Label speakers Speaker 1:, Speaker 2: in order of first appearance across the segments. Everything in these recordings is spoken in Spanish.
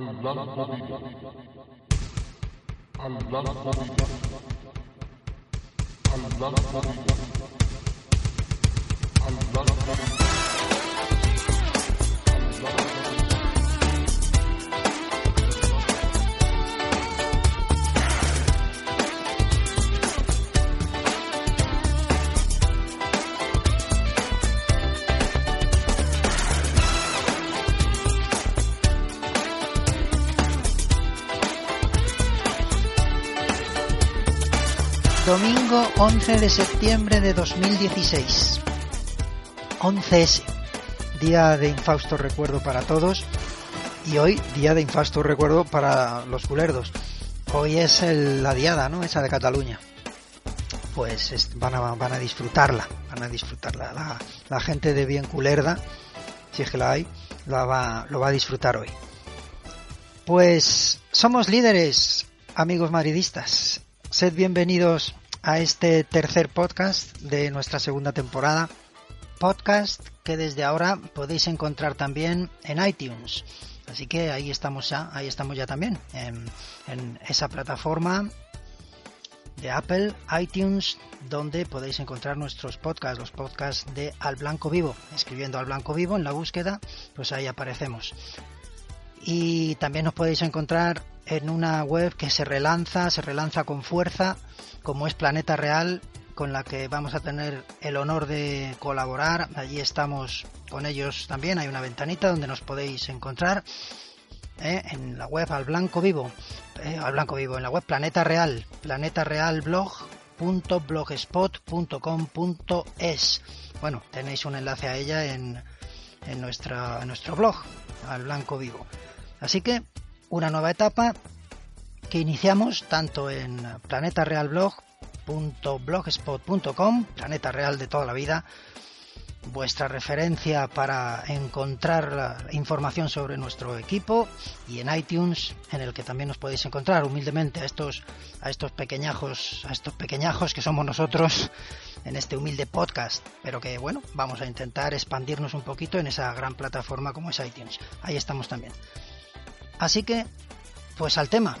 Speaker 1: Allah Habibi. Allah Habibi. Allah Habibi. Allah Habibi.
Speaker 2: Domingo 11 de septiembre de 2016. 11S, día de infausto recuerdo para todos y hoy día de infausto recuerdo para los culerdos. Hoy es el- la diada, ¿no? Esa de Cataluña. Pues es- van, a, van a disfrutarla, van a disfrutarla. La, la gente de bien culerda, si es que la hay, la va, lo va a disfrutar hoy. Pues somos líderes, amigos madridistas. Sed bienvenidos a este tercer podcast de nuestra segunda temporada. Podcast que desde ahora podéis encontrar también en iTunes. Así que ahí estamos ya, ahí estamos ya también, en, en esa plataforma de Apple, iTunes, donde podéis encontrar nuestros podcasts, los podcasts de Al Blanco Vivo. Escribiendo Al Blanco Vivo en la búsqueda, pues ahí aparecemos y también nos podéis encontrar en una web que se relanza, se relanza con fuerza, como es Planeta Real, con la que vamos a tener el honor de colaborar. Allí estamos con ellos también, hay una ventanita donde nos podéis encontrar ¿eh? en la web al blanco vivo, eh, al blanco vivo, en la web Planeta Real, planetarealblog.blogspot.com.es. Bueno, tenéis un enlace a ella en, en, nuestra, en nuestro blog, al blanco vivo. Así que una nueva etapa que iniciamos tanto en planetarealblog.blogspot.com, Planeta Real de toda la vida, vuestra referencia para encontrar la información sobre nuestro equipo y en iTunes en el que también nos podéis encontrar humildemente a estos a estos pequeñajos a estos pequeñajos que somos nosotros en este humilde podcast pero que bueno vamos a intentar expandirnos un poquito en esa gran plataforma como es iTunes ahí estamos también así que pues al tema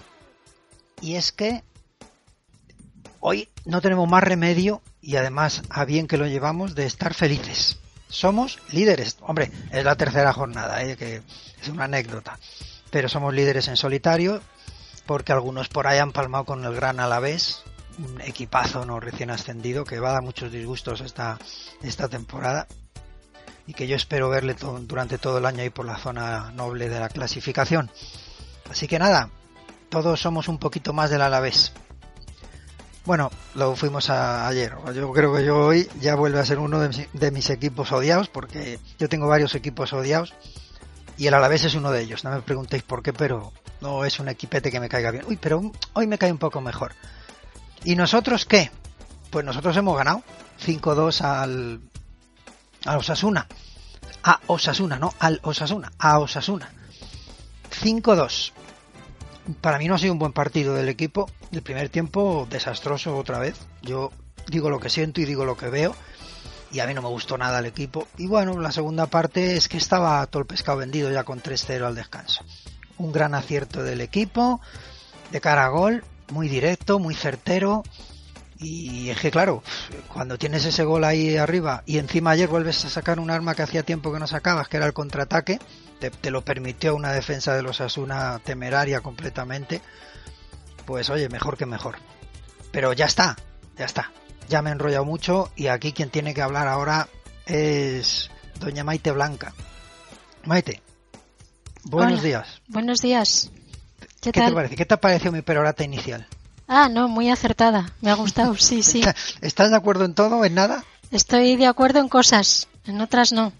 Speaker 2: y es que hoy no tenemos más remedio y además a bien que lo llevamos de estar felices. Somos líderes. Hombre, es la tercera jornada, ¿eh? que es una anécdota. Pero somos líderes en solitario porque algunos por ahí han palmado con el gran Alavés, un equipazo no recién ascendido que va a dar muchos disgustos esta, esta temporada y que yo espero verle to- durante todo el año ahí por la zona noble de la clasificación. Así que nada, todos somos un poquito más del Alavés. Bueno, lo fuimos a ayer. Yo creo que yo hoy ya vuelve a ser uno de mis, de mis equipos odiados, porque yo tengo varios equipos odiados y el Alavés es uno de ellos. No me preguntéis por qué, pero no es un equipete que me caiga bien. Uy, pero un- hoy me cae un poco mejor. ¿Y nosotros qué? Pues nosotros hemos ganado 5-2 al, al Osasuna. A Osasuna, no, al Osasuna. A Osasuna. 5-2 para mí no ha sido un buen partido del equipo. El primer tiempo desastroso otra vez. Yo digo lo que siento y digo lo que veo. Y a mí no me gustó nada el equipo. Y bueno, la segunda parte es que estaba todo el pescado vendido ya con 3-0 al descanso. Un gran acierto del equipo. De cara a gol. Muy directo, muy certero. Y es que claro, cuando tienes ese gol ahí arriba y encima ayer vuelves a sacar un arma que hacía tiempo que no sacabas, que era el contraataque, te, te lo permitió una defensa de los Asuna temeraria completamente, pues oye, mejor que mejor. Pero ya está, ya está. Ya me he enrollado mucho y aquí quien tiene que hablar ahora es doña Maite Blanca. Maite, buenos
Speaker 3: Hola.
Speaker 2: días.
Speaker 3: Buenos días. ¿Qué,
Speaker 2: ¿Qué
Speaker 3: tal?
Speaker 2: te parece? ¿Qué te ha parecido mi perorata inicial?
Speaker 3: Ah, no, muy acertada. Me ha gustado, sí, sí.
Speaker 2: ¿Estás de acuerdo en todo, en nada?
Speaker 3: Estoy de acuerdo en cosas, en otras no.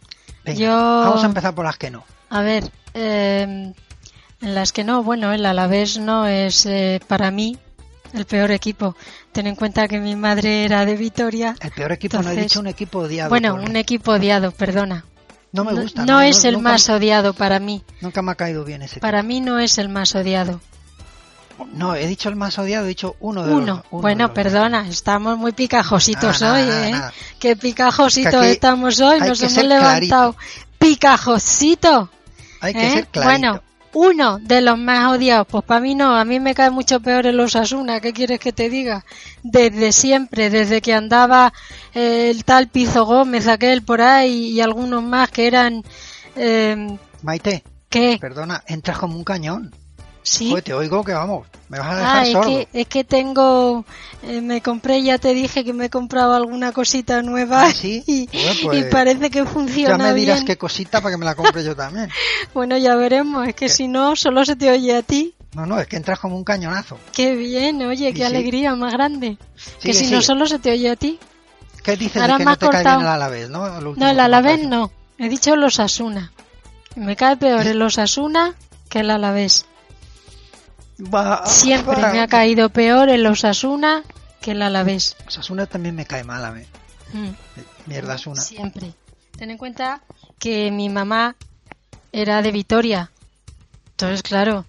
Speaker 2: Venga,
Speaker 3: Yo-
Speaker 2: Vamos a empezar por las que no.
Speaker 3: A ver, eh, en las que no, bueno, el Alavés no es eh, para mí el peor equipo. Ten en cuenta que mi madre era de Vitoria.
Speaker 2: El peor equipo, no he
Speaker 3: Entonces,
Speaker 2: dicho un equipo odiado.
Speaker 3: Bueno,
Speaker 2: por-
Speaker 3: un equipo odiado, perdona.
Speaker 2: no me gusta.
Speaker 3: no es el
Speaker 2: nunca-
Speaker 3: más odiado para mí.
Speaker 2: Nunca me ha caído bien ese.
Speaker 3: Para mí no es el más odiado.
Speaker 2: equipo. No, he dicho el más odiado, he dicho uno de los.
Speaker 3: Uno.
Speaker 2: uno de
Speaker 3: Bueno,
Speaker 2: los-
Speaker 3: perdona, estamos muy picajositos
Speaker 2: Nada,
Speaker 3: hoy,
Speaker 2: nada,
Speaker 3: ¿eh?
Speaker 2: nada.
Speaker 3: Qué picajosito
Speaker 2: Que aquí
Speaker 3: estamos
Speaker 2: hay
Speaker 3: hoy,
Speaker 2: que
Speaker 3: nos hemos
Speaker 2: ser clarito.
Speaker 3: levantado. ¡Picajosito!
Speaker 2: Hay que
Speaker 3: ¿eh?
Speaker 2: ser clarito.
Speaker 3: Bueno, uno de los más odiados. Pues para mí no, a mí me cae mucho peor el Osasuna, ¿qué quieres que te diga? Desde siempre, desde que andaba eh, el tal Pizo Gómez, aquel por ahí, y algunos más que eran... Eh,
Speaker 2: Maite,
Speaker 3: ¿Qué?
Speaker 2: perdona, entras como un cañón.
Speaker 3: ¿Sí?
Speaker 2: Joder, te oigo que vamos, me vas a dejar
Speaker 3: Ah, es
Speaker 2: sordo.
Speaker 3: que, es que tengo, eh, me compré, ya te dije que me he comprado alguna cosita nueva
Speaker 2: ¿Ah, sí?
Speaker 3: y,
Speaker 2: Bueno, pues,
Speaker 3: y parece que funciona
Speaker 2: ya me dirás
Speaker 3: bien.
Speaker 2: qué cosita para que me la compre yo también.
Speaker 3: Bueno, ya veremos,
Speaker 2: Eh.
Speaker 3: es que si no, solo se te oye a ti.
Speaker 2: No, no, es que entras como un cañonazo.
Speaker 3: Qué bien, oye,
Speaker 2: Sí,
Speaker 3: qué
Speaker 2: sí.
Speaker 3: alegría más grande. que
Speaker 2: Sigue,
Speaker 3: si
Speaker 2: sigue.
Speaker 3: no, solo se te oye a ti.
Speaker 2: ¿Qué dices de
Speaker 3: Ahora
Speaker 2: que
Speaker 3: me
Speaker 2: no
Speaker 3: ha
Speaker 2: te cae bien
Speaker 3: cortado.
Speaker 2: el Alavés, no? El último
Speaker 3: No, el
Speaker 2: comentario.
Speaker 3: Alavés no, he dicho los Asuna. Me cae peor el Osasuna que el Alavés.
Speaker 2: Va-
Speaker 3: Siempre
Speaker 2: va-
Speaker 3: me ha caído peor el Osasuna que el Alavés.
Speaker 2: Osasuna también me cae mal a mí.
Speaker 3: Mm.
Speaker 2: Mierda, Asuna.
Speaker 3: Siempre. Ten en cuenta que mi mamá era de Vitoria. Entonces, claro,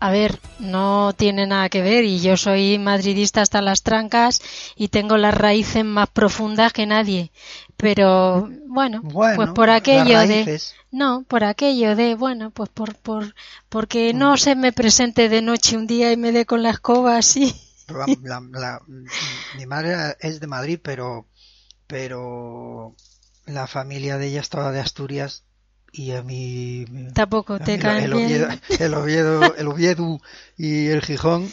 Speaker 3: a ver, no tiene nada que ver y yo soy madridista hasta las trancas y tengo las raíces más profundas que nadie. Pero bueno,
Speaker 2: Bueno,
Speaker 3: pues por
Speaker 2: las
Speaker 3: aquello de
Speaker 2: raíces.
Speaker 3: no, por aquello de bueno, pues por por porque no se me presente de noche un día y me dé con la escoba así.
Speaker 2: Pero vamos, la- la- mi madre era- es de Madrid, pero, pero la familia de ella estaba de Asturias y a mí...
Speaker 3: Tampoco
Speaker 2: a
Speaker 3: te
Speaker 2: mí
Speaker 3: caen
Speaker 2: el, Oviedo,
Speaker 3: bien.
Speaker 2: el Oviedo, el Oviedo y el Gijón,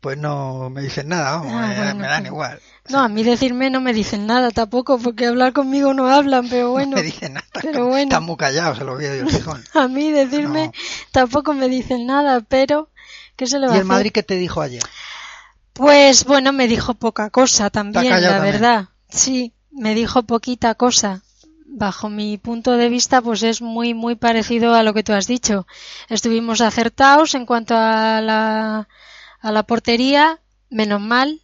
Speaker 2: pues no me dicen nada, vamos, me,
Speaker 3: Ah,
Speaker 2: da-
Speaker 3: bueno,
Speaker 2: me dan
Speaker 3: pues,
Speaker 2: igual.
Speaker 3: No, a mí decirme no me dicen nada tampoco, porque hablar conmigo no hablan, pero bueno,
Speaker 2: me dicen nada,
Speaker 3: pero bueno.
Speaker 2: están muy callados el Oviedo y el Gijón.
Speaker 3: a mí decirme
Speaker 2: No.
Speaker 3: tampoco me dicen nada, pero ¿qué se le
Speaker 2: ¿Y
Speaker 3: va
Speaker 2: el
Speaker 3: a hacer?
Speaker 2: Madrid qué te dijo ayer?
Speaker 3: Pues bueno, me dijo poca cosa también, la
Speaker 2: callado también.
Speaker 3: verdad. Sí, me dijo poquita cosa. Bajo mi punto de vista, pues es muy, muy parecido a lo que tú has dicho. Estuvimos acertados en cuanto a la, a la portería, menos mal,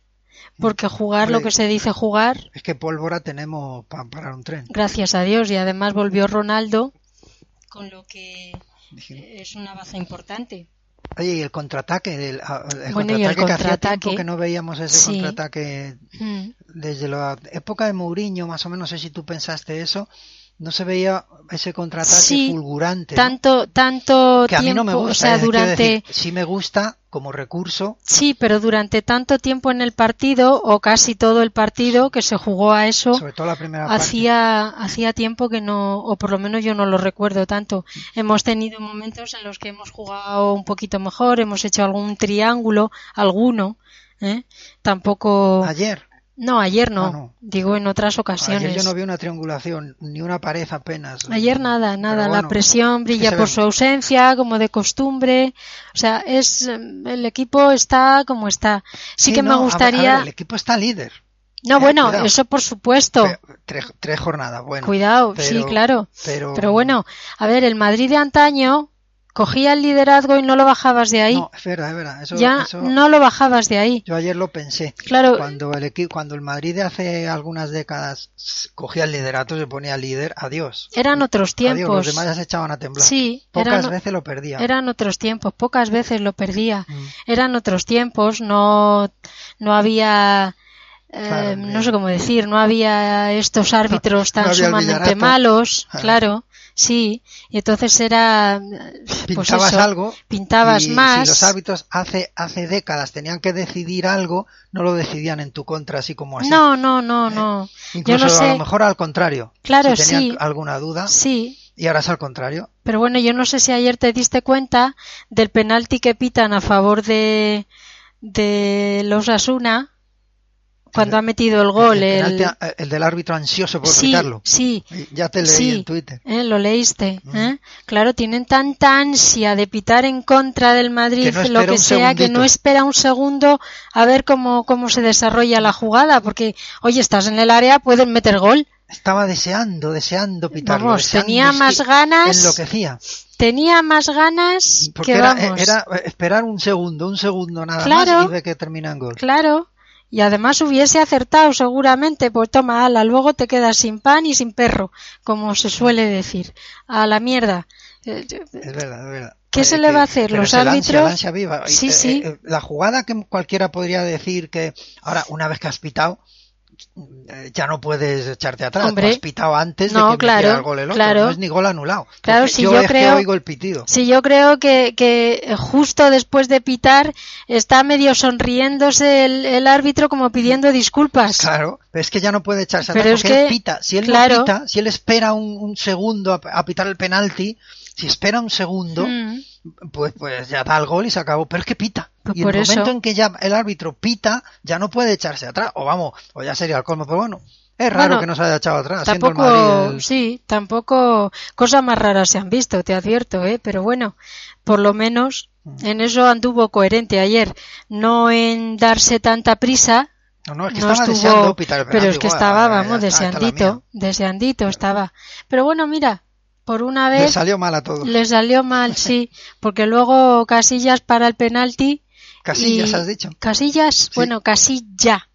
Speaker 3: porque jugar lo
Speaker 2: Hombre.
Speaker 3: que se dice jugar,
Speaker 2: Es que pólvora tenemos para parar un tren.
Speaker 3: gracias a Dios y además volvió Ronaldo con lo que es una baza importante
Speaker 2: Oye, y el contraataque, del- a- el,
Speaker 3: Bueno, y el
Speaker 2: contraataque que hacía tiempo
Speaker 3: contraataque.
Speaker 2: que no veíamos ese
Speaker 3: Sí.
Speaker 2: contraataque
Speaker 3: Mm,
Speaker 2: desde la época de Mourinho, más o menos, no sé si tú pensaste eso, no se veía ese contraataque
Speaker 3: Sí,
Speaker 2: fulgurante. ¿no?
Speaker 3: tanto tanto
Speaker 2: que a mí
Speaker 3: tiempo
Speaker 2: no me gusta.
Speaker 3: o sea
Speaker 2: eh, quiero
Speaker 3: durante
Speaker 2: decir, sí me gusta como recurso.
Speaker 3: sí pero durante tanto tiempo en el partido o casi todo el partido que se jugó a eso
Speaker 2: Sobre todo la primera
Speaker 3: hacía hacía tiempo que no o por lo menos yo no lo recuerdo tanto hemos tenido momentos en los que hemos jugado un poquito mejor hemos hecho algún triángulo alguno ¿eh? tampoco
Speaker 2: parte. Ayer,
Speaker 3: No, ayer no.
Speaker 2: Ah, no.
Speaker 3: Digo en otras ocasiones.
Speaker 2: ayer yo no vi una triangulación, ni una pared apenas.
Speaker 3: Ayer nada,
Speaker 2: Pero
Speaker 3: nada.
Speaker 2: bueno,
Speaker 3: la presión
Speaker 2: se
Speaker 3: brilla por
Speaker 2: ve.
Speaker 3: su ausencia, como de costumbre. O sea, es em, el equipo está como está. Sí, que
Speaker 2: no,
Speaker 3: me
Speaker 2: a ver, a
Speaker 3: gustaría.
Speaker 2: ver, el equipo está líder.
Speaker 3: No,
Speaker 2: eh,
Speaker 3: bueno,
Speaker 2: cuidado.
Speaker 3: eso por supuesto.
Speaker 2: Pero, Tres, tres jornadas, bueno.
Speaker 3: cuidado, sí,
Speaker 2: pero-
Speaker 3: claro.
Speaker 2: Pero,
Speaker 3: Pero bueno, a ver, el Madrid de antaño cogía el liderazgo y no lo bajabas de ahí.
Speaker 2: No, es verdad, es verdad. Eso,
Speaker 3: ya
Speaker 2: eso-
Speaker 3: no lo bajabas de ahí.
Speaker 2: Yo ayer lo pensé.
Speaker 3: Claro.
Speaker 2: Cuando el equipo, cuando el Madrid de hace algunas décadas s- cogía el liderato, se ponía líder, adiós.
Speaker 3: Eran otros
Speaker 2: Adiós, los
Speaker 3: tiempos.
Speaker 2: demás ya se echaban a temblar.
Speaker 3: Sí,
Speaker 2: Pocas
Speaker 3: eran-
Speaker 2: veces lo perdían.
Speaker 3: Eran otros tiempos, pocas veces lo perdía.
Speaker 2: Mm.
Speaker 3: Eran otros tiempos, no, no había, eh,
Speaker 2: Claro,
Speaker 3: no
Speaker 2: bien.
Speaker 3: sé cómo decir, no había estos árbitros
Speaker 2: No Ah.
Speaker 3: tan
Speaker 2: había el
Speaker 3: sumamente
Speaker 2: Villarato.
Speaker 3: malos,
Speaker 2: Claro.
Speaker 3: claro, sí. Y entonces era, eh, pues
Speaker 2: Pintabas
Speaker 3: eso,
Speaker 2: algo
Speaker 3: pintabas
Speaker 2: y
Speaker 3: más.
Speaker 2: Si los árbitros hace, hace décadas tenían que decidir algo, no lo decidían en tu contra, así como así. Eh.
Speaker 3: no, no, no, no.
Speaker 2: Incluso
Speaker 3: yo no
Speaker 2: a
Speaker 3: sé,
Speaker 2: lo mejor al contrario.
Speaker 3: Claro,
Speaker 2: si tenían
Speaker 3: sí.
Speaker 2: alguna duda,
Speaker 3: sí.
Speaker 2: y ahora es al contrario.
Speaker 3: Pero bueno, yo no sé si ayer te diste cuenta del penalti que pitan a favor de, de los Asuna cuando
Speaker 2: El-
Speaker 3: ha metido el gol.
Speaker 2: el,
Speaker 3: el-
Speaker 2: penalti- el del árbitro ansioso por
Speaker 3: sí,
Speaker 2: sacarlo.
Speaker 3: sí.
Speaker 2: Ya te leí
Speaker 3: Sí.
Speaker 2: en Twitter.
Speaker 3: Eh, lo leíste,
Speaker 2: Mm.
Speaker 3: ¿eh? Claro, tienen tanta ansia de pitar en contra del Madrid,
Speaker 2: Que no espera
Speaker 3: lo que
Speaker 2: un
Speaker 3: sea, que
Speaker 2: segundito.
Speaker 3: no espera un segundo a ver cómo, cómo se desarrolla la jugada, porque, oye, estás en el área, puedes meter gol.
Speaker 2: Estaba deseando, deseando pitarlo.
Speaker 3: Vamos,
Speaker 2: deseando,
Speaker 3: tenía
Speaker 2: es que
Speaker 3: más ganas.
Speaker 2: Enloquecía.
Speaker 3: Tenía más ganas
Speaker 2: Porque
Speaker 3: que
Speaker 2: era,
Speaker 3: vamos.
Speaker 2: era esperar un segundo, un segundo nada más
Speaker 3: Claro.
Speaker 2: y ve que termina en gol.
Speaker 3: Claro. Y además hubiese acertado seguramente, pues toma, ala, luego te quedas sin pan y sin perro, como se suele decir. A la mierda. Eh,
Speaker 2: Es verdad, es verdad.
Speaker 3: ¿Qué
Speaker 2: Eh,
Speaker 3: se le va a hacer?
Speaker 2: pero
Speaker 3: Los
Speaker 2: es el ansia,
Speaker 3: árbitros-
Speaker 2: el ansia viva. Y,
Speaker 3: Sí,
Speaker 2: eh,
Speaker 3: sí.
Speaker 2: eh, la jugada que cualquiera podría decir que ahora, una vez que has pitado, eh, ya no puedes echarte atrás. Tú
Speaker 3: Hombre.
Speaker 2: has pitado antes
Speaker 3: No,
Speaker 2: de que metiera
Speaker 3: claro,
Speaker 2: el gol el otro.
Speaker 3: claro.
Speaker 2: No es ni gol anulado.
Speaker 3: Claro,
Speaker 2: Porque
Speaker 3: si yo
Speaker 2: es que
Speaker 3: creo-
Speaker 2: oigo el pitido.
Speaker 3: Sí, yo creo que, que justo después de pitar está medio sonriéndose el, el árbitro como pidiendo disculpas.
Speaker 2: Claro, pero es que ya no puede echarse
Speaker 3: Pero
Speaker 2: atrás
Speaker 3: es
Speaker 2: porque él
Speaker 3: que-
Speaker 2: pita. Si él no
Speaker 3: claro.
Speaker 2: pita, si él espera un, un segundo a, a pitar el penalti, si espera un segundo,
Speaker 3: Mm.
Speaker 2: pues, pues ya da el gol y se acabó. Pero es que pita.
Speaker 3: Pues
Speaker 2: y en
Speaker 3: por
Speaker 2: el momento
Speaker 3: eso.
Speaker 2: en que ya el árbitro pita, ya no puede echarse atrás. O vamos, o ya sería el colmo, pero bueno. Es raro
Speaker 3: Bueno,
Speaker 2: que no se haya echado atrás. siendo el
Speaker 3: Tampoco,
Speaker 2: Madrid el-
Speaker 3: sí, tampoco cosas más raras se han visto, te advierto, ¿eh? pero bueno, por lo menos
Speaker 2: Mm.
Speaker 3: en eso anduvo coherente ayer, no en darse tanta prisa,
Speaker 2: No, no, es que
Speaker 3: no
Speaker 2: estaba
Speaker 3: estuvo,
Speaker 2: deseando pitar el penalti.
Speaker 3: pero es que
Speaker 2: igual,
Speaker 3: estaba,
Speaker 2: eh,
Speaker 3: vamos,
Speaker 2: hasta- hasta la
Speaker 3: deseandito, deseandito estaba. Pero bueno, mira, por una
Speaker 2: mía. Le
Speaker 3: vez
Speaker 2: salió mal a todos.
Speaker 3: le salió mal, sí, porque luego Casillas para el penalti.
Speaker 2: Casillas,
Speaker 3: y-
Speaker 2: has dicho.
Speaker 3: Casillas, bueno, Casilla.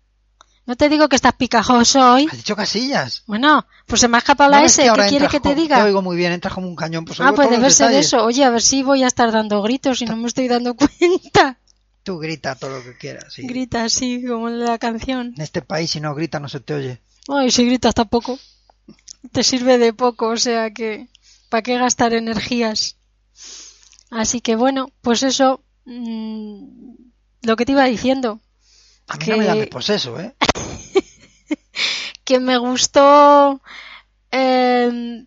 Speaker 3: No te digo que estás picajoso hoy.
Speaker 2: Has dicho Casillas.
Speaker 3: Bueno, pues se me ha escapado
Speaker 2: ¿No
Speaker 3: la
Speaker 2: ves
Speaker 3: S, ¿qué
Speaker 2: ahora
Speaker 3: quiere
Speaker 2: entras
Speaker 3: que te
Speaker 2: como-
Speaker 3: diga?
Speaker 2: Te oigo muy bien, entras como un cañón. Pues
Speaker 3: Ah,
Speaker 2: oigo
Speaker 3: pues
Speaker 2: todos
Speaker 3: debe
Speaker 2: los
Speaker 3: ser
Speaker 2: detalles.
Speaker 3: eso. Oye, a ver si voy a estar dando gritos y no me estoy dando cuenta.
Speaker 2: Tú grita todo lo que quieras. sí.
Speaker 3: Grita así como en la canción.
Speaker 2: En este país, si no grita, no se te oye.
Speaker 3: Ay, si gritas tampoco. Te sirve de poco, o sea que... ¿Para qué gastar energías? Así que bueno, pues eso... mm, lo que te iba diciendo.
Speaker 2: A mí
Speaker 3: Que-
Speaker 2: no me llames poseso, ¿eh?
Speaker 3: que me gustó eh,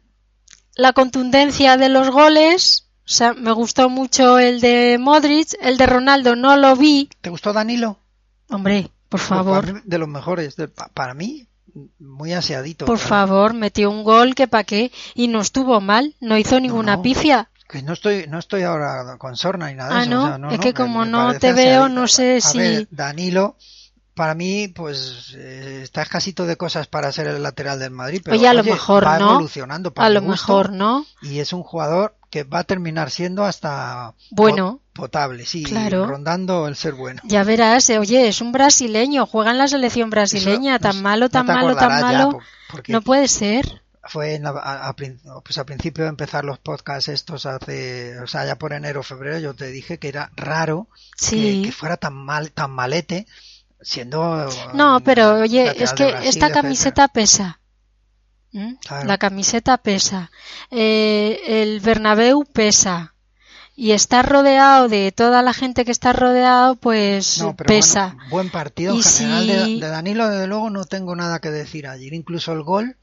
Speaker 3: la contundencia de los goles. O sea, me gustó mucho el de Modric, el de Ronaldo no lo vi.
Speaker 2: ¿Te gustó Danilo?
Speaker 3: Hombre, por
Speaker 2: Pues
Speaker 3: favor,
Speaker 2: para mí, de los mejores. de- pa- para mí, muy aseadito.
Speaker 3: por
Speaker 2: pero
Speaker 3: favor, metió un gol que pa' qué y no estuvo mal, no hizo ninguna
Speaker 2: no.
Speaker 3: pifia.
Speaker 2: Que no estoy, no estoy ahora con Sorna ni nada de
Speaker 3: Ah,
Speaker 2: eso.
Speaker 3: no,
Speaker 2: o sea,
Speaker 3: es que
Speaker 2: me-
Speaker 3: como
Speaker 2: me
Speaker 3: no
Speaker 2: parece
Speaker 3: te veo,
Speaker 2: aseadito.
Speaker 3: no sé
Speaker 2: A
Speaker 3: si-
Speaker 2: ver, Danilo, para mí, pues eh, está escasito de cosas para ser el lateral del Madrid. Pero,
Speaker 3: Oye, a lo mejor
Speaker 2: va
Speaker 3: no.
Speaker 2: evolucionando para
Speaker 3: A
Speaker 2: mi
Speaker 3: lo
Speaker 2: gusto,
Speaker 3: mejor, ¿no?
Speaker 2: Y es un jugador que va a terminar siendo hasta
Speaker 3: Bueno.
Speaker 2: pot- potable, sí,
Speaker 3: Claro.
Speaker 2: rondando el ser bueno.
Speaker 3: Ya verás, eh, oye, es un brasileño, juega en la selección brasileña,
Speaker 2: Eso,
Speaker 3: tan
Speaker 2: no-
Speaker 3: malo,
Speaker 2: no
Speaker 3: tan
Speaker 2: te
Speaker 3: malo, tan
Speaker 2: acordarás ya,
Speaker 3: malo.
Speaker 2: por- porque
Speaker 3: No puede ser.
Speaker 2: fue en la- a, a prin- pues al principio de empezar los podcasts estos hace, o sea, ya por enero o febrero yo te dije que era raro
Speaker 3: Sí.
Speaker 2: que, que fuera tan mal, tan malete, siendo... eh,
Speaker 3: No, pero oye,
Speaker 2: lateral
Speaker 3: es
Speaker 2: de
Speaker 3: que
Speaker 2: Brasil,
Speaker 3: esta
Speaker 2: etcétera.
Speaker 3: camiseta pesa. ¿Mm?
Speaker 2: Claro.
Speaker 3: La camiseta pesa. Eh, el Bernabéu pesa. Y estar rodeado de toda la gente que está rodeado, pues
Speaker 2: No, pero
Speaker 3: pesa.
Speaker 2: bueno, buen partido en
Speaker 3: Y
Speaker 2: general
Speaker 3: si-
Speaker 2: de, de Danilo, desde luego no tengo nada que decir ayer. Incluso el gol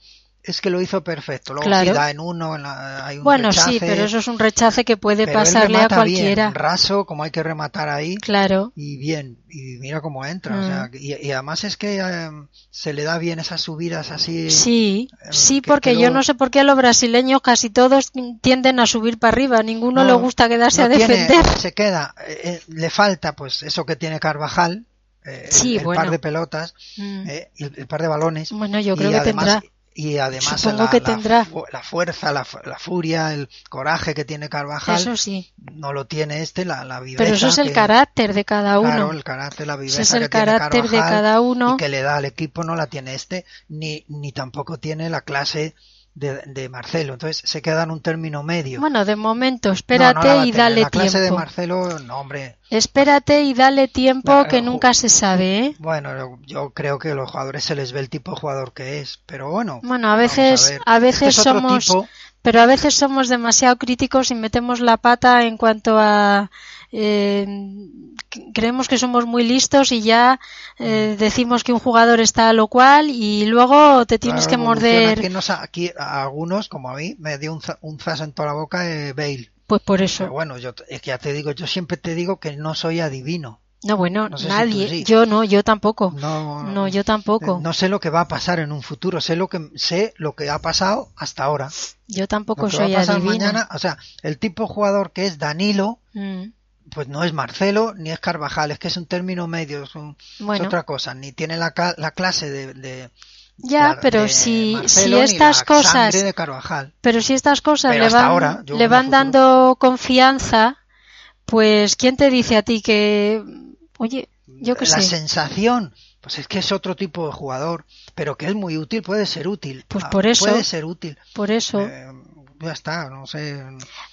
Speaker 2: es que lo hizo perfecto. Luego
Speaker 3: Claro.
Speaker 2: si da en uno, en la- hay un
Speaker 3: Bueno, sí,
Speaker 2: rechace,
Speaker 3: pero eso es un rechace que puede
Speaker 2: pero él
Speaker 3: pasarle a
Speaker 2: remata bien,
Speaker 3: cualquiera.
Speaker 2: raso, como hay que rematar ahí.
Speaker 3: Claro.
Speaker 2: y bien, y mira cómo entra. o
Speaker 3: Mm.
Speaker 2: sea, y, y además es que eh, se le da bien esas subidas así.
Speaker 3: Sí,
Speaker 2: eh,
Speaker 3: sí,
Speaker 2: que-
Speaker 3: porque
Speaker 2: que
Speaker 3: yo
Speaker 2: luego-
Speaker 3: no sé por qué a los brasileños casi todos tienden a subir para arriba. Ninguno
Speaker 2: No,
Speaker 3: le gusta quedarse
Speaker 2: no
Speaker 3: a
Speaker 2: tiene-
Speaker 3: defender.
Speaker 2: se queda, eh, eh, le falta pues eso que tiene Carvajal, eh, el-
Speaker 3: Sí,
Speaker 2: el,
Speaker 3: bueno.
Speaker 2: par de pelotas,
Speaker 3: Mm.
Speaker 2: eh, y el, el par de balones.
Speaker 3: Bueno, yo
Speaker 2: y
Speaker 3: creo que
Speaker 2: además-
Speaker 3: tendrá.
Speaker 2: Y además
Speaker 3: Supongo
Speaker 2: la,
Speaker 3: que
Speaker 2: la
Speaker 3: tendrá.
Speaker 2: fu- la fuerza, la, fu- la furia, el coraje que tiene Carvajal,
Speaker 3: Eso sí.
Speaker 2: no lo tiene este, la, la viveza.
Speaker 3: Pero eso es el
Speaker 2: que-
Speaker 3: carácter de cada uno.
Speaker 2: Claro, el carácter, la viveza
Speaker 3: Ese es
Speaker 2: que
Speaker 3: el
Speaker 2: tiene
Speaker 3: carácter de
Speaker 2: Carvajal
Speaker 3: cada uno.
Speaker 2: y que le da al equipo no la tiene este, ni, ni tampoco tiene la clase de, de Marcelo. Entonces se queda en un término medio.
Speaker 3: Bueno, de momento,
Speaker 2: No, no la
Speaker 3: espérate
Speaker 2: va a
Speaker 3: y
Speaker 2: tener.
Speaker 3: dale
Speaker 2: La clase de
Speaker 3: tiempo.
Speaker 2: Marcelo, no, hombre.
Speaker 3: Espérate y dale tiempo
Speaker 2: Claro,
Speaker 3: que
Speaker 2: ju-
Speaker 3: nunca se sabe, ¿eh?
Speaker 2: Bueno, yo creo que a los jugadores se les ve el tipo de jugador que es, pero bueno.
Speaker 3: Bueno, a
Speaker 2: vamos
Speaker 3: veces,
Speaker 2: ver.
Speaker 3: a
Speaker 2: Este
Speaker 3: veces
Speaker 2: es otro
Speaker 3: somos,
Speaker 2: tipo.
Speaker 3: pero a veces somos demasiado críticos y metemos la pata en cuanto a eh, c- creemos que somos muy listos y ya
Speaker 2: Mm.
Speaker 3: eh, decimos que un jugador está a lo cual y luego te tienes
Speaker 2: Claro,
Speaker 3: que
Speaker 2: evoluciona.
Speaker 3: morder.
Speaker 2: Que nos- aquí a algunos, como a mí, me dio un, za- un zas en toda la boca eh, Bale.
Speaker 3: Pues por
Speaker 2: Pero
Speaker 3: eso.
Speaker 2: bueno, yo t- es que ya te digo, yo siempre te digo que no soy adivino.
Speaker 3: No, bueno,
Speaker 2: no sé si tú
Speaker 3: nadie.
Speaker 2: sí.
Speaker 3: Yo no, yo tampoco.
Speaker 2: No,
Speaker 3: No, yo tampoco.
Speaker 2: Eh, No sé lo que va a pasar en un futuro, sé lo que sé lo que ha pasado hasta ahora.
Speaker 3: Yo
Speaker 2: Lo
Speaker 3: tampoco
Speaker 2: que va a
Speaker 3: soy
Speaker 2: pasar
Speaker 3: adivina.
Speaker 2: mañana, o sea, el tipo de jugador que es Danilo,
Speaker 3: Mm.
Speaker 2: pues no es Marcelo ni es Carvajal, es que es un término medio, es, un- es
Speaker 3: Bueno,
Speaker 2: otra cosa, ni tiene la, ca- la clase de, de-
Speaker 3: Ya,
Speaker 2: la-
Speaker 3: pero
Speaker 2: de
Speaker 3: si, si
Speaker 2: Marcelo ni
Speaker 3: estas
Speaker 2: la
Speaker 3: cosas,
Speaker 2: sangre de Carvajal.
Speaker 3: pero si estas cosas
Speaker 2: Pero
Speaker 3: le
Speaker 2: hasta
Speaker 3: van,
Speaker 2: ahora, yo en
Speaker 3: le
Speaker 2: el
Speaker 3: van
Speaker 2: futuro.
Speaker 3: dando confianza, pues ¿quién te dice a ti que, oye, yo qué
Speaker 2: la
Speaker 3: sé,
Speaker 2: sensación, pues es que es otro tipo de jugador, pero que es muy útil, puede ser útil.
Speaker 3: Pues
Speaker 2: Ah,
Speaker 3: por eso-
Speaker 2: Puede ser útil.
Speaker 3: por eso,
Speaker 2: Eh, ya está, no sé.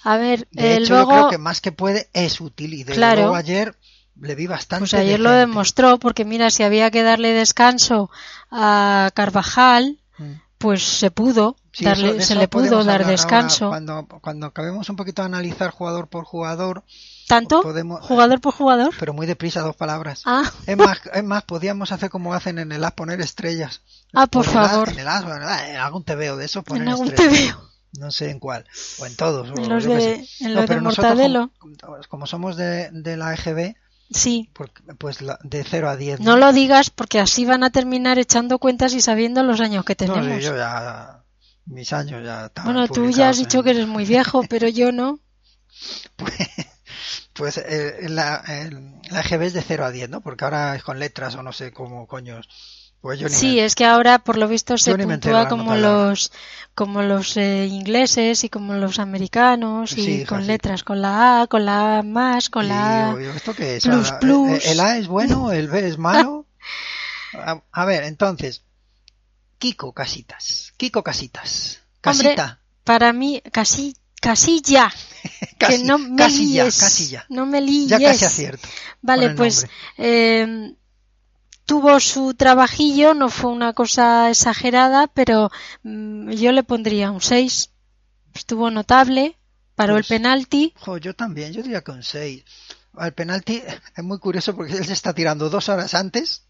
Speaker 3: a ver, eh,
Speaker 2: De
Speaker 3: el
Speaker 2: hecho, yo creo
Speaker 3: Bogo,
Speaker 2: que más que puede es útil. Y de
Speaker 3: Claro.
Speaker 2: luego ayer le vi bastante.
Speaker 3: pues ayer lo
Speaker 2: decente.
Speaker 3: demostró, porque mira, si había que darle descanso a Carvajal,
Speaker 2: Mm.
Speaker 3: pues se pudo
Speaker 2: Sí,
Speaker 3: darle,
Speaker 2: eso- de
Speaker 3: se
Speaker 2: eso
Speaker 3: le pudo
Speaker 2: podemos hablar
Speaker 3: dar
Speaker 2: ahora
Speaker 3: descanso,
Speaker 2: Cuando, cuando acabemos un poquito de analizar jugador por jugador,
Speaker 3: tanto
Speaker 2: podemos- eh,
Speaker 3: jugador por jugador.
Speaker 2: pero muy deprisa dos palabras.
Speaker 3: Ah,
Speaker 2: Es más, es más, podíamos hacer como hacen en el as, poner estrellas.
Speaker 3: ah, por
Speaker 2: En el as-
Speaker 3: favor,
Speaker 2: En el as, bueno, en algún te veo de eso, poner
Speaker 3: en algún te
Speaker 2: estrellas.
Speaker 3: veo,
Speaker 2: No sé en cuál. O en todos. o
Speaker 3: en los
Speaker 2: yo qué sé.
Speaker 3: de,
Speaker 2: No,
Speaker 3: en los de
Speaker 2: pero nosotros como-
Speaker 3: Mortadelo,
Speaker 2: Como, somos de, de la EGB,
Speaker 3: sí.
Speaker 2: por- pues la- de 0 a 10.
Speaker 3: No lo digas porque así van a terminar echando cuentas y sabiendo los años que
Speaker 2: No,
Speaker 3: tenemos.
Speaker 2: sí, yo ya. Mis años ya estaban
Speaker 3: bueno, tú ya
Speaker 2: Ah, publicados
Speaker 3: has
Speaker 2: ¿eh?
Speaker 3: dicho
Speaker 2: en-
Speaker 3: que eres muy viejo, pero yo no.
Speaker 2: Pues, pues, eh, en la, en la EGB es de 0 a 10, ¿no? Porque ahora es con letras o no sé cómo coños. Pues yo ni
Speaker 3: Sí,
Speaker 2: me-
Speaker 3: es que ahora por lo visto se
Speaker 2: Yo ni me entero
Speaker 3: puntúa
Speaker 2: la
Speaker 3: como
Speaker 2: nota de ahora.
Speaker 3: los como los eh, ingleses y como los americanos y
Speaker 2: Sí, hija,
Speaker 3: con
Speaker 2: sí.
Speaker 3: letras, con la A, con la A más, con
Speaker 2: y
Speaker 3: la
Speaker 2: yo-
Speaker 3: A.
Speaker 2: yo, ¿Esto qué es?
Speaker 3: plus,
Speaker 2: Ahora, eh,
Speaker 3: plus.
Speaker 2: El A es bueno, el B es malo. A, a ver, entonces. Kiko Casitas. Kiko Casitas.
Speaker 3: Hombre,
Speaker 2: Casita.
Speaker 3: Para mí casi casilla,
Speaker 2: casi,
Speaker 3: que no me
Speaker 2: casi ya,
Speaker 3: líes,
Speaker 2: casi ya.
Speaker 3: no me
Speaker 2: Ya
Speaker 3: líes.
Speaker 2: casi acierto.
Speaker 3: Vale,
Speaker 2: con el
Speaker 3: pues
Speaker 2: nombre.
Speaker 3: eh, tuvo su trabajillo, no fue una cosa exagerada, pero mm, yo le pondría un 6. Estuvo notable, paró
Speaker 2: Pues-
Speaker 3: el penalti.
Speaker 2: Jo, yo también, yo diría que un 6. Al penalti es muy curioso porque él se está tirando dos horas antes.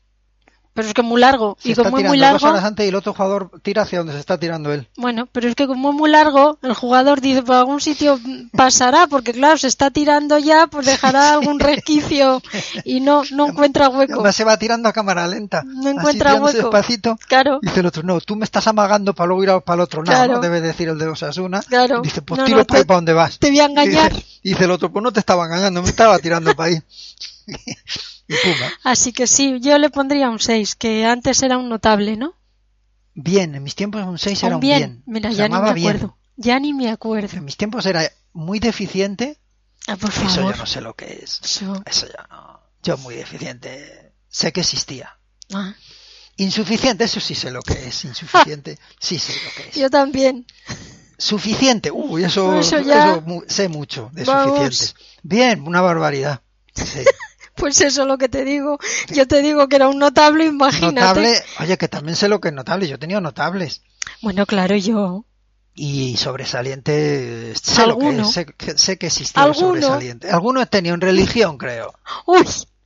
Speaker 3: Pero es que muy largo.
Speaker 2: Se
Speaker 3: y
Speaker 2: está
Speaker 3: como es
Speaker 2: tirando
Speaker 3: muy
Speaker 2: dos
Speaker 3: largo,
Speaker 2: horas antes y el otro jugador tira hacia donde se está tirando él.
Speaker 3: bueno, pero es que como es muy largo, el jugador dice, por algún sitio pasará, porque claro, se está tirando ya, pues dejará algún resquicio y no, no encuentra
Speaker 2: Y
Speaker 3: hueco.
Speaker 2: además se va tirando a cámara lenta.
Speaker 3: No encuentra
Speaker 2: así, tirándose
Speaker 3: hueco.
Speaker 2: despacito.
Speaker 3: Claro,
Speaker 2: Dice el otro, no, tú me estás amagando para luego ir a- para el otro lado,
Speaker 3: Claro.
Speaker 2: ¿no? Debe decir el de Osasuna.
Speaker 3: Claro.
Speaker 2: Dice, pues
Speaker 3: No,
Speaker 2: tiro
Speaker 3: no,
Speaker 2: para
Speaker 3: te-
Speaker 2: ahí para donde vas.
Speaker 3: te voy a
Speaker 2: Y dice-
Speaker 3: engañar.
Speaker 2: dice el otro, pues no te estaba engañando, me estaba tirando para ahí. y puma.
Speaker 3: Así que sí, yo le pondría un 6, que antes era un notable, ¿no?
Speaker 2: Bien, en mis tiempos un 6 era
Speaker 3: Un
Speaker 2: un bien.
Speaker 3: Mira,
Speaker 2: Se
Speaker 3: ya ni me
Speaker 2: llamaba bien.
Speaker 3: acuerdo. Ya ni me acuerdo.
Speaker 2: En mis tiempos era muy deficiente.
Speaker 3: Ah, por
Speaker 2: Eso
Speaker 3: favor.
Speaker 2: yo no sé lo que es.
Speaker 3: Eso-
Speaker 2: Eso ya no. Yo muy deficiente. Sé que existía.
Speaker 3: ah,
Speaker 2: Insuficiente, eso sí sé lo que es. Insuficiente, sí sé lo que es.
Speaker 3: Ah. yo también.
Speaker 2: Suficiente, uy, eso,
Speaker 3: Eso ya-
Speaker 2: eso mu- sé mucho de
Speaker 3: Vamos.
Speaker 2: suficiente. Bien, una barbaridad. Sí.
Speaker 3: Pues eso es lo que te digo. Yo te digo que era un notable, imagínate.
Speaker 2: Notable, oye, que también sé lo que es notable. Yo he tenido notables.
Speaker 3: Bueno, claro, yo.
Speaker 2: Y sobresaliente, sé lo que
Speaker 3: Alguno.
Speaker 2: es, sé, que- sé que existía
Speaker 3: Alguno.
Speaker 2: el sobresaliente. Algunos tenían en religión, creo.
Speaker 3: ¡Uy!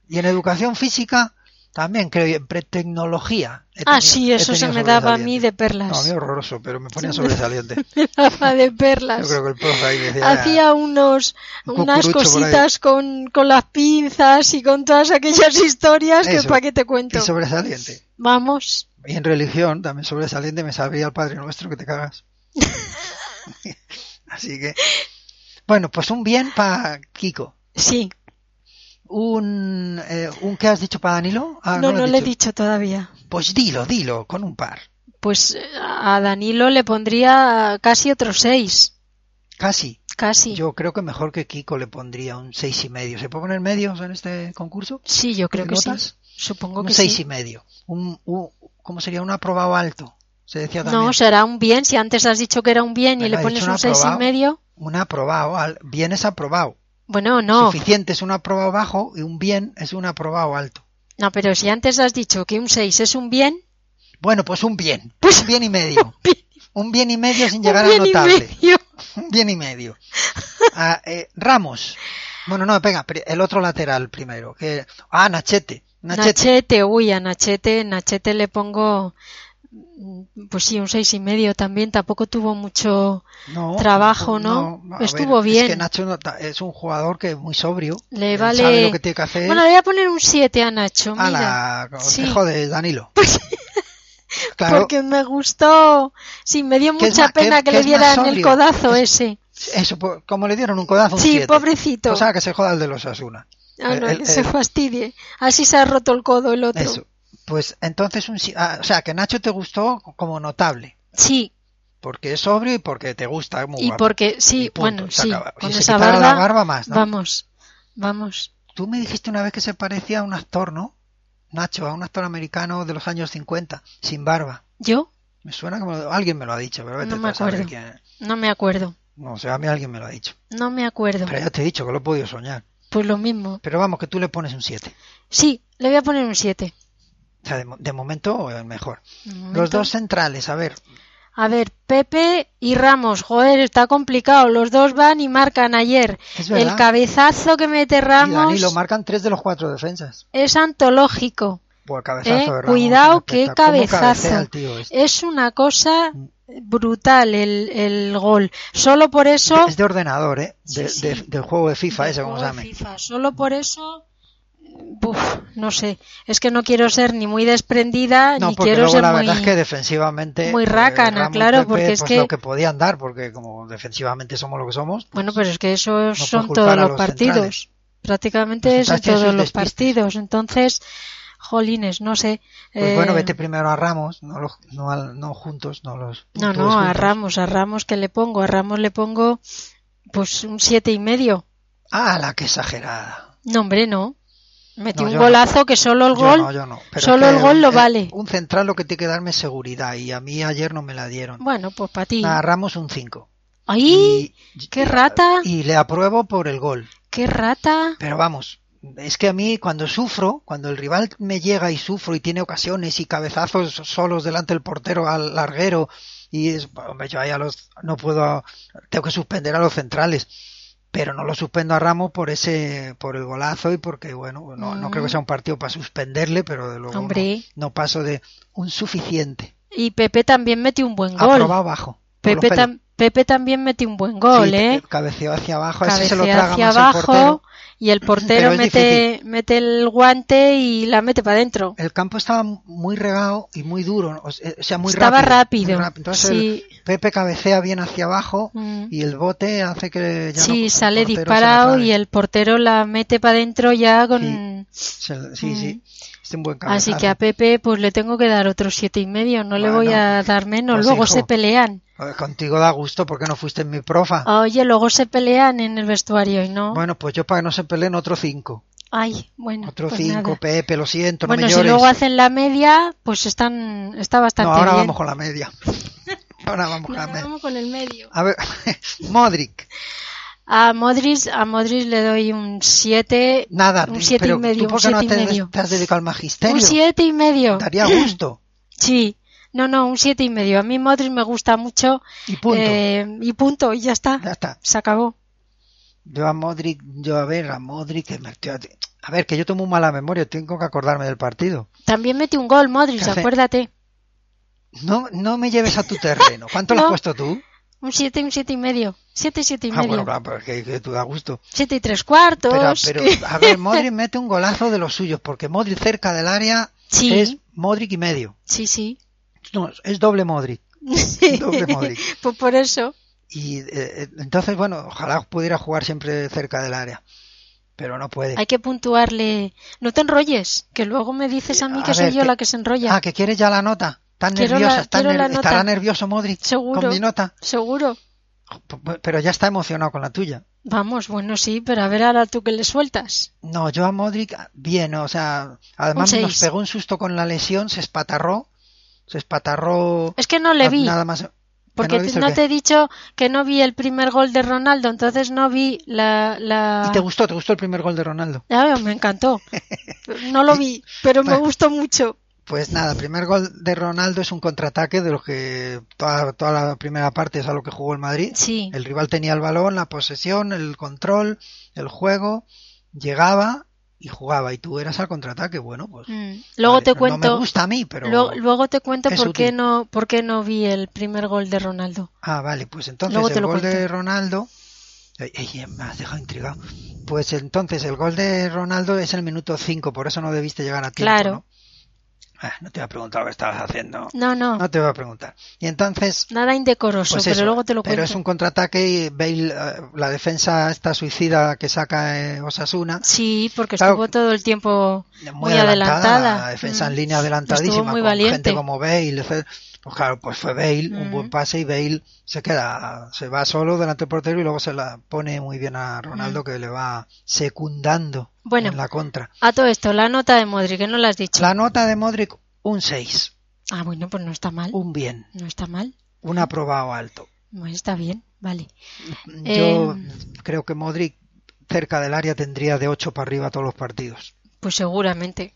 Speaker 2: Y en educación física, también creo. Y en pretecnología. he
Speaker 3: Ah,
Speaker 2: tenido-
Speaker 3: sí,
Speaker 2: he
Speaker 3: eso se
Speaker 2: tenido
Speaker 3: me daba a mí
Speaker 2: sobresalientes.
Speaker 3: de
Speaker 2: No, a
Speaker 3: perlas.
Speaker 2: mí horroroso, pero me ponía
Speaker 3: Sí.
Speaker 2: sobresaliente.
Speaker 3: me daba de
Speaker 2: Yo
Speaker 3: perlas.
Speaker 2: creo que el profe ahí decía...
Speaker 3: Hacía unos,
Speaker 2: un
Speaker 3: unas
Speaker 2: cucurucho por ahí.
Speaker 3: cositas con, con las pinzas y con todas aquellas historias que
Speaker 2: Eso.
Speaker 3: para qué te
Speaker 2: "Qué
Speaker 3: cuento.
Speaker 2: sobresaliente.
Speaker 3: Vamos.
Speaker 2: Y en religión, también sobresaliente, me sabría el Padre Nuestro que te cagas. Así que... Bueno, pues un bien para Kiko.
Speaker 3: Sí.
Speaker 2: Un, eh, ¿Un qué has dicho para Danilo? Ah,
Speaker 3: no,
Speaker 2: lo
Speaker 3: no le he dicho todavía.
Speaker 2: Pues dilo, dilo, con un par.
Speaker 3: Pues eh, a Danilo le pondría casi otro 6.
Speaker 2: Casi.
Speaker 3: Casi.
Speaker 2: Yo creo que mejor que Kiko le pondría un seis y medio. ¿Se puede poner medios en este concurso?
Speaker 3: sí, yo creo
Speaker 2: ¿De
Speaker 3: que sí.
Speaker 2: notas?
Speaker 3: Supongo
Speaker 2: Un
Speaker 3: que
Speaker 2: seis
Speaker 3: sí.
Speaker 2: y medio. Un, un- ¿Cómo sería? Un aprobado alto. Se decía también.
Speaker 3: No, será un bien. Si antes has dicho que era un bien y
Speaker 2: Bueno,
Speaker 3: le
Speaker 2: he
Speaker 3: pones
Speaker 2: dicho un
Speaker 3: un seis y
Speaker 2: aprobado.
Speaker 3: medio.
Speaker 2: Un aprobado, al- bien es aprobado.
Speaker 3: Bueno, no.
Speaker 2: Suficiente es un aprobado bajo y un bien es un aprobado alto.
Speaker 3: No, pero si antes has dicho que un 6 es un bien,
Speaker 2: Bueno, pues un bien,
Speaker 3: Pues-
Speaker 2: un bien y medio. Un bien y medio sin llegar
Speaker 3: un
Speaker 2: a
Speaker 3: bien y
Speaker 2: notable.
Speaker 3: medio.
Speaker 2: Un bien y medio. Ah, eh, Ramos. Bueno, no, venga, pri- el otro lateral primero. Que... Ah, Nachete. Nachete.
Speaker 3: Nachete, uy, a Nachete, Nachete le pongo, mm, pues sí, un seis y medio también. Tampoco tuvo mucho.
Speaker 2: No,
Speaker 3: Trabajo, ¿no?
Speaker 2: a ver,
Speaker 3: Estuvo
Speaker 2: Es que
Speaker 3: bien.
Speaker 2: Nacho no ta- es un jugador que es muy sobrio.
Speaker 3: Le
Speaker 2: Él
Speaker 3: vale-
Speaker 2: Sabe lo que tiene que hacer.
Speaker 3: Bueno, le voy a poner un 7 a Nacho.
Speaker 2: a
Speaker 3: mira.
Speaker 2: la
Speaker 3: Sí.
Speaker 2: de Danilo. Claro,
Speaker 3: Porque me gustó. Sí, me dio
Speaker 2: Que es
Speaker 3: mucha
Speaker 2: ma- que-
Speaker 3: pena
Speaker 2: que
Speaker 3: que, le
Speaker 2: es más
Speaker 3: dieran el
Speaker 2: sobrio.
Speaker 3: codazo
Speaker 2: Es-
Speaker 3: ese.
Speaker 2: eso, po- como le dieron un codazo. un
Speaker 3: Sí,
Speaker 2: siete.
Speaker 3: pobrecito.
Speaker 2: O sea, que se joda el de los Asuna.
Speaker 3: Ah, no,
Speaker 2: el-
Speaker 3: que
Speaker 2: el-
Speaker 3: se fastidie. Así se ha roto el codo el otro.
Speaker 2: Eso. Pues entonces, un, si- ah, o sea, que Nacho te gustó como notable,
Speaker 3: Sí,
Speaker 2: porque es sobrio y porque te gusta, muy
Speaker 3: y
Speaker 2: guapo.
Speaker 3: porque sí,
Speaker 2: Y punto,
Speaker 3: bueno,
Speaker 2: se
Speaker 3: sí,
Speaker 2: acaba.
Speaker 3: con
Speaker 2: Si se
Speaker 3: esa
Speaker 2: quitara la
Speaker 3: barba,
Speaker 2: barba más, ¿no?
Speaker 3: vamos, vamos.
Speaker 2: Tú me dijiste una vez que se parecía a un actor, ¿no? Nacho, a un actor americano de los años 50, sin barba.
Speaker 3: Yo
Speaker 2: Me suena como alguien me lo ha dicho, pero vete
Speaker 3: No
Speaker 2: tú
Speaker 3: me
Speaker 2: a saber
Speaker 3: acuerdo.
Speaker 2: quién.
Speaker 3: no me acuerdo,
Speaker 2: No, o sea, a mí alguien me lo ha dicho.
Speaker 3: no me acuerdo.
Speaker 2: Pero ya te he dicho que lo he podido soñar.
Speaker 3: Pues lo mismo.
Speaker 2: Pero vamos, que tú le pones un 7.
Speaker 3: Sí, le voy a poner un 7.
Speaker 2: O sea, de, mo- de momento el mejor. Los dos centrales, a ver.
Speaker 3: A ver, Pepe y Ramos, joder, está complicado. Los dos van y marcan ayer.
Speaker 2: Es verdad.
Speaker 3: El cabezazo que mete
Speaker 2: Y
Speaker 3: Ramos
Speaker 2: Danilo marcan tres de los cuatro defensas.
Speaker 3: es antológico.
Speaker 2: Por cabezazo
Speaker 3: Eh,
Speaker 2: de Ramos,
Speaker 3: cuidado,
Speaker 2: un espectáculo.
Speaker 3: qué
Speaker 2: ¿Cómo
Speaker 3: cabezazo.
Speaker 2: cabecea el tío este? Mm.
Speaker 3: Es una cosa brutal el, el gol. Solo por eso.
Speaker 2: Es de ordenador, ¿eh?
Speaker 3: Sí,
Speaker 2: De-
Speaker 3: sí.
Speaker 2: de- del juego de FIFA,
Speaker 3: del
Speaker 2: ese, como se
Speaker 3: juego
Speaker 2: llame.
Speaker 3: de FIFA. Solo por eso. eh, buf, no sé. Es que no quiero ser ni muy desprendida
Speaker 2: No,
Speaker 3: Ah, ni
Speaker 2: porque
Speaker 3: quiero
Speaker 2: luego
Speaker 3: ser
Speaker 2: la
Speaker 3: muy.
Speaker 2: verdad es que defensivamente.
Speaker 3: muy
Speaker 2: eh,
Speaker 3: rácana,
Speaker 2: Ramos y
Speaker 3: claro,
Speaker 2: Pepe,
Speaker 3: porque es
Speaker 2: pues
Speaker 3: que-
Speaker 2: lo que podían dar, porque como defensivamente somos lo que somos.
Speaker 3: Bueno, pero es que esos
Speaker 2: puedes
Speaker 3: son
Speaker 2: culpar a
Speaker 3: todos los,
Speaker 2: los
Speaker 3: partidos.
Speaker 2: centrales.
Speaker 3: Prácticamente
Speaker 2: Los
Speaker 3: es en
Speaker 2: centrales y
Speaker 3: todos
Speaker 2: sus
Speaker 3: los
Speaker 2: despistes.
Speaker 3: partidos. Entonces, jolines, no sé.
Speaker 2: Pues
Speaker 3: eh,
Speaker 2: bueno, vete primero a Ramos, no, los- no, al- no juntos, no los.
Speaker 3: No,
Speaker 2: todos
Speaker 3: no, a
Speaker 2: juntos.
Speaker 3: Ramos, a Ramos que le pongo, a Ramos le pongo pues un siete y medio.
Speaker 2: Ah, la que exagerada.
Speaker 3: No, hombre, no. Metió
Speaker 2: No,
Speaker 3: un
Speaker 2: yo no.
Speaker 3: golazo que solo el
Speaker 2: Yo
Speaker 3: gol.
Speaker 2: no, yo no. Pero
Speaker 3: solo
Speaker 2: es que
Speaker 3: el gol lo
Speaker 2: un-
Speaker 3: vale.
Speaker 2: Un central lo que tiene que darme es seguridad, y a mí ayer no me la dieron.
Speaker 3: Bueno, pues para ti.
Speaker 2: A Ramos un 5.
Speaker 3: ¡Ay! ¡Qué rata!
Speaker 2: Y le apruebo por el gol.
Speaker 3: ¡Qué rata!
Speaker 2: Pero vamos, es que a mí cuando sufro, cuando el rival me llega y sufro y tiene ocasiones y cabezazos solos delante del portero al larguero y es, hombre, yo ahí a los no puedo, tengo que suspender a los centrales. Pero no lo suspendo a Ramos por ese, por el golazo y porque bueno, no, no creo que sea un partido para suspenderle, pero de luego no-
Speaker 3: Hombre.
Speaker 2: no, paso de un suficiente.
Speaker 3: Y Pepe también metió un buen gol.
Speaker 2: Aprobado abajo. por los
Speaker 3: Pepe,
Speaker 2: pelos.
Speaker 3: tam- Pepe también metió un buen
Speaker 2: Sí,
Speaker 3: gol, ¿eh?
Speaker 2: Cabeceó hacia abajo, ese se lo
Speaker 3: cabecea
Speaker 2: traga
Speaker 3: hacia
Speaker 2: más el portero.
Speaker 3: abajo y el portero
Speaker 2: Pero es
Speaker 3: mete, mete el guante y la mete para adentro.
Speaker 2: el campo estaba muy regado y muy duro, o se- o sea, muy
Speaker 3: Estaba
Speaker 2: rápido.
Speaker 3: rápido.
Speaker 2: muy Entonces
Speaker 3: sí,
Speaker 2: el Pepe cabecea bien hacia abajo
Speaker 3: Mm.
Speaker 2: y el bote hace que ya
Speaker 3: Sí,
Speaker 2: no- el
Speaker 3: sale
Speaker 2: portero se la
Speaker 3: disparado
Speaker 2: trague.
Speaker 3: y el portero la mete para adentro ya con...
Speaker 2: Se- sí, sí, es un buen cabezazo.
Speaker 3: Así que a Pepe pues le tengo que dar otros siete y medio, no le
Speaker 2: Bueno,
Speaker 3: voy a dar menos,
Speaker 2: pues,
Speaker 3: luego
Speaker 2: hijo.
Speaker 3: se pelean.
Speaker 2: A ver, Contigo da gusto porque no fuiste mi profa.
Speaker 3: Oye, luego se pelean en el vestuario y Ah, no...
Speaker 2: Ah. Bueno, pues yo para que no se peleen otro 5.
Speaker 3: Ay, bueno.
Speaker 2: Otro
Speaker 3: pues
Speaker 2: 5,
Speaker 3: nada.
Speaker 2: Pepe, lo siento, no
Speaker 3: Bueno,
Speaker 2: me
Speaker 3: si
Speaker 2: llores.
Speaker 3: luego hacen la media, pues están, está
Speaker 2: no,
Speaker 3: bastante
Speaker 2: ahora
Speaker 3: bien.
Speaker 2: vamos con la media. Ahora vamos con la
Speaker 3: Ahora
Speaker 2: media.
Speaker 3: vamos con el medio.
Speaker 2: A ver, Modric.
Speaker 3: A Modric, a Modric le doy un 7.
Speaker 2: Nada,
Speaker 3: Un siete y
Speaker 2: pero
Speaker 3: medio,
Speaker 2: ¿tú por qué
Speaker 3: un
Speaker 2: no
Speaker 3: siete y
Speaker 2: te,
Speaker 3: medio.
Speaker 2: te has dedicado al magisterio?
Speaker 3: Un 7 y medio.
Speaker 2: Daría gusto.
Speaker 3: Sí. No, no, un 7 y medio. A mí Modric me gusta mucho.
Speaker 2: Y punto.
Speaker 3: eh, y punto, y ya está.
Speaker 2: Ya está.
Speaker 3: Se acabó.
Speaker 2: Yo a Modric, yo a ver, a Modric, que me- tío, a ver, que yo tengo muy mala memoria, tengo que acordarme del partido.
Speaker 3: También mete un gol Modric,
Speaker 2: Café.
Speaker 3: acuérdate.
Speaker 2: No, no me lleves a tu terreno. ¿Cuánto le has
Speaker 3: No.
Speaker 2: puesto tú?
Speaker 3: Un 7, un 7 y medio. 7, 7 y
Speaker 2: Ah, bueno,
Speaker 3: medio.
Speaker 2: claro, pero que, que tú da gusto.
Speaker 3: 7 y 3 cuartos.
Speaker 2: Pero, pero, a ver, Modric mete un golazo de los suyos, porque Modric cerca del área
Speaker 3: Sí.
Speaker 2: es Modric y medio.
Speaker 3: Sí, sí.
Speaker 2: No, es doble Modric. Doble Modric.
Speaker 3: Pues por eso.
Speaker 2: Y eh, entonces, bueno, ojalá pudiera jugar siempre cerca del área. Pero no puede.
Speaker 3: Hay que puntuarle. No te enrolles, que luego me dices a mí
Speaker 2: A
Speaker 3: que soy
Speaker 2: ver,
Speaker 3: yo
Speaker 2: que-
Speaker 3: la que se enrolla.
Speaker 2: Ah, que quieres ya la nota. Tan
Speaker 3: Quiero
Speaker 2: nerviosa,
Speaker 3: la-
Speaker 2: está
Speaker 3: quiero
Speaker 2: ner-
Speaker 3: la nota.
Speaker 2: estará nervioso Modric
Speaker 3: Seguro.
Speaker 2: con mi nota.
Speaker 3: Seguro.
Speaker 2: P- p- Pero ya está emocionado con la tuya.
Speaker 3: Vamos, bueno, sí, pero a ver ahora tú que le sueltas.
Speaker 2: No, yo a Modric, ah, bien, o sea, además
Speaker 3: Un
Speaker 2: nos
Speaker 3: seis.
Speaker 2: pegó un susto con la lesión, se espatarró, se espatarró.
Speaker 3: Es que no le
Speaker 2: na-
Speaker 3: vi,
Speaker 2: Ah, Nada más. ¿Que no,
Speaker 3: porque
Speaker 2: le
Speaker 3: te-
Speaker 2: viste o
Speaker 3: no
Speaker 2: qué?
Speaker 3: te he dicho que no vi el primer gol de Ronaldo, entonces no vi la... la...
Speaker 2: ¿Y te gustó? ¿Te gustó el primer gol de Ronaldo?
Speaker 3: Ah, me encantó. No lo vi, pero me
Speaker 2: Bueno.
Speaker 3: gustó mucho.
Speaker 2: Pues nada, el primer gol de Ronaldo es un contraataque de los que toda, toda la primera parte es a lo que jugó el Madrid.
Speaker 3: Sí,
Speaker 2: El rival tenía el balón, la posesión, el control, el juego, llegaba y jugaba y tú eras al contraataque. Bueno, pues
Speaker 3: Mm. Luego
Speaker 2: vale,
Speaker 3: te
Speaker 2: no- No me
Speaker 3: cuento...
Speaker 2: gusta a mí, pero.
Speaker 3: Luego, luego te cuento
Speaker 2: es
Speaker 3: por qué,
Speaker 2: útil.
Speaker 3: no, por qué no vi el primer gol de Ronaldo.
Speaker 2: Ah, vale, pues entonces
Speaker 3: Luego te
Speaker 2: el
Speaker 3: lo
Speaker 2: gol de
Speaker 3: cuento.
Speaker 2: Ronaldo. Ey, ey, me has dejado intrigado. Pues entonces el gol de Ronaldo es el minuto 5, por eso no debiste llegar a tiempo.
Speaker 3: Claro.
Speaker 2: ¿no? Ah, no te iba a preguntar lo que estabas haciendo.
Speaker 3: No, no,
Speaker 2: No te voy a preguntar. Y entonces,
Speaker 3: nada indecoroso,
Speaker 2: pues
Speaker 3: pero
Speaker 2: eso,
Speaker 3: luego te lo
Speaker 2: pero
Speaker 3: cuento.
Speaker 2: es un contraataque y Bale, eh, la defensa esta suicida que saca eh, Osasuna,
Speaker 3: Sí, porque
Speaker 2: Claro.
Speaker 3: estuvo todo el tiempo
Speaker 2: muy,
Speaker 3: muy
Speaker 2: adelantada,
Speaker 3: adelantada.
Speaker 2: la defensa en
Speaker 3: Mm.
Speaker 2: línea
Speaker 3: Estuvo
Speaker 2: adelantadísima,
Speaker 3: muy
Speaker 2: con gente
Speaker 3: valiente.
Speaker 2: como Bale, etc. pues claro, pues fue Bale, un
Speaker 3: Mm.
Speaker 2: buen pase y Bale se queda, se va solo delante del portero y luego se la pone muy bien a Ronaldo
Speaker 3: Mm.
Speaker 2: que le va secundando
Speaker 3: Bueno.
Speaker 2: en la contra.
Speaker 3: A todo esto, la nota de Modric, que no la has dicho.
Speaker 2: La nota de Modric, un 6,
Speaker 3: Ah, bueno, pues no está mal.
Speaker 2: un bien,
Speaker 3: No está mal.
Speaker 2: un aprobado alto.
Speaker 3: Bueno, está bien, vale.
Speaker 2: Yo
Speaker 3: Eh,
Speaker 2: creo que Modric cerca del área tendría de 8 para arriba todos los partidos.
Speaker 3: Pues seguramente.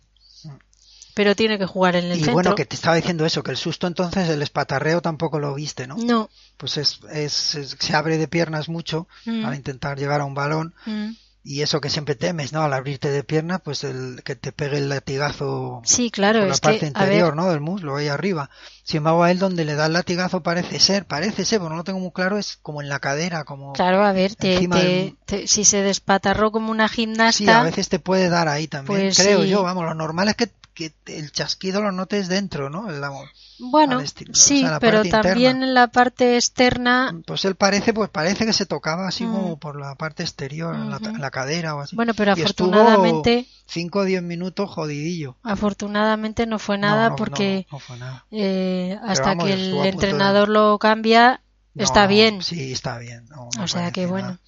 Speaker 3: Pero tiene que jugar en el
Speaker 2: Mm. Y
Speaker 3: centro.
Speaker 2: bueno, que te estaba diciendo eso, que el susto entonces, el espatarreo tampoco lo viste, ¿no?
Speaker 3: No.
Speaker 2: Pues es, es- es- se abre de piernas mucho
Speaker 3: Mm.
Speaker 2: al intentar llegar a un balón
Speaker 3: Mm.
Speaker 2: y eso que siempre temes, ¿no? Al abrirte de pierna, pues el que te pegue el latigazo
Speaker 3: Sí, claro,
Speaker 2: por la
Speaker 3: es
Speaker 2: parte
Speaker 3: que, a ver,
Speaker 2: interior, ¿no? Del muslo, ahí arriba. Sin embargo, a él donde le da el latigazo parece ser, parece ser, porque no lo tengo muy claro, es como en la cadera, como...
Speaker 3: claro, a ver, te-
Speaker 2: encima
Speaker 3: te-
Speaker 2: del-
Speaker 3: te- si se despatarró como una
Speaker 2: Sí, a
Speaker 3: gimnasta,
Speaker 2: veces te puede dar ahí también,
Speaker 3: Pues
Speaker 2: creo
Speaker 3: sí.
Speaker 2: yo. Vamos, lo normal es que, que el chasquido lo notes dentro, ¿no? El- la-
Speaker 3: bueno,
Speaker 2: al estilo, o
Speaker 3: sí,
Speaker 2: sea, en la
Speaker 3: pero
Speaker 2: parte
Speaker 3: también
Speaker 2: interna.
Speaker 3: en la parte externa,
Speaker 2: Pues él parece, pues parece que se tocaba así
Speaker 3: Ah. Mm.
Speaker 2: como por la parte exterior, en, la,
Speaker 3: Ujú.
Speaker 2: en la cadera o así.
Speaker 3: bueno, pero
Speaker 2: Y estuvo
Speaker 3: afortunadamente,
Speaker 2: 5 o 10 minutos jodidillo.
Speaker 3: afortunadamente no fue
Speaker 2: No,
Speaker 3: nada
Speaker 2: no, no,
Speaker 3: porque
Speaker 2: no fue nada.
Speaker 3: eh, hasta
Speaker 2: vamos,
Speaker 3: que
Speaker 2: estuvo a
Speaker 3: el
Speaker 2: punto de-
Speaker 3: entrenador lo cambia, está
Speaker 2: No,
Speaker 3: bien.
Speaker 2: Sí, está bien. no, no
Speaker 3: o sea
Speaker 2: parece
Speaker 3: que bueno,
Speaker 2: nada.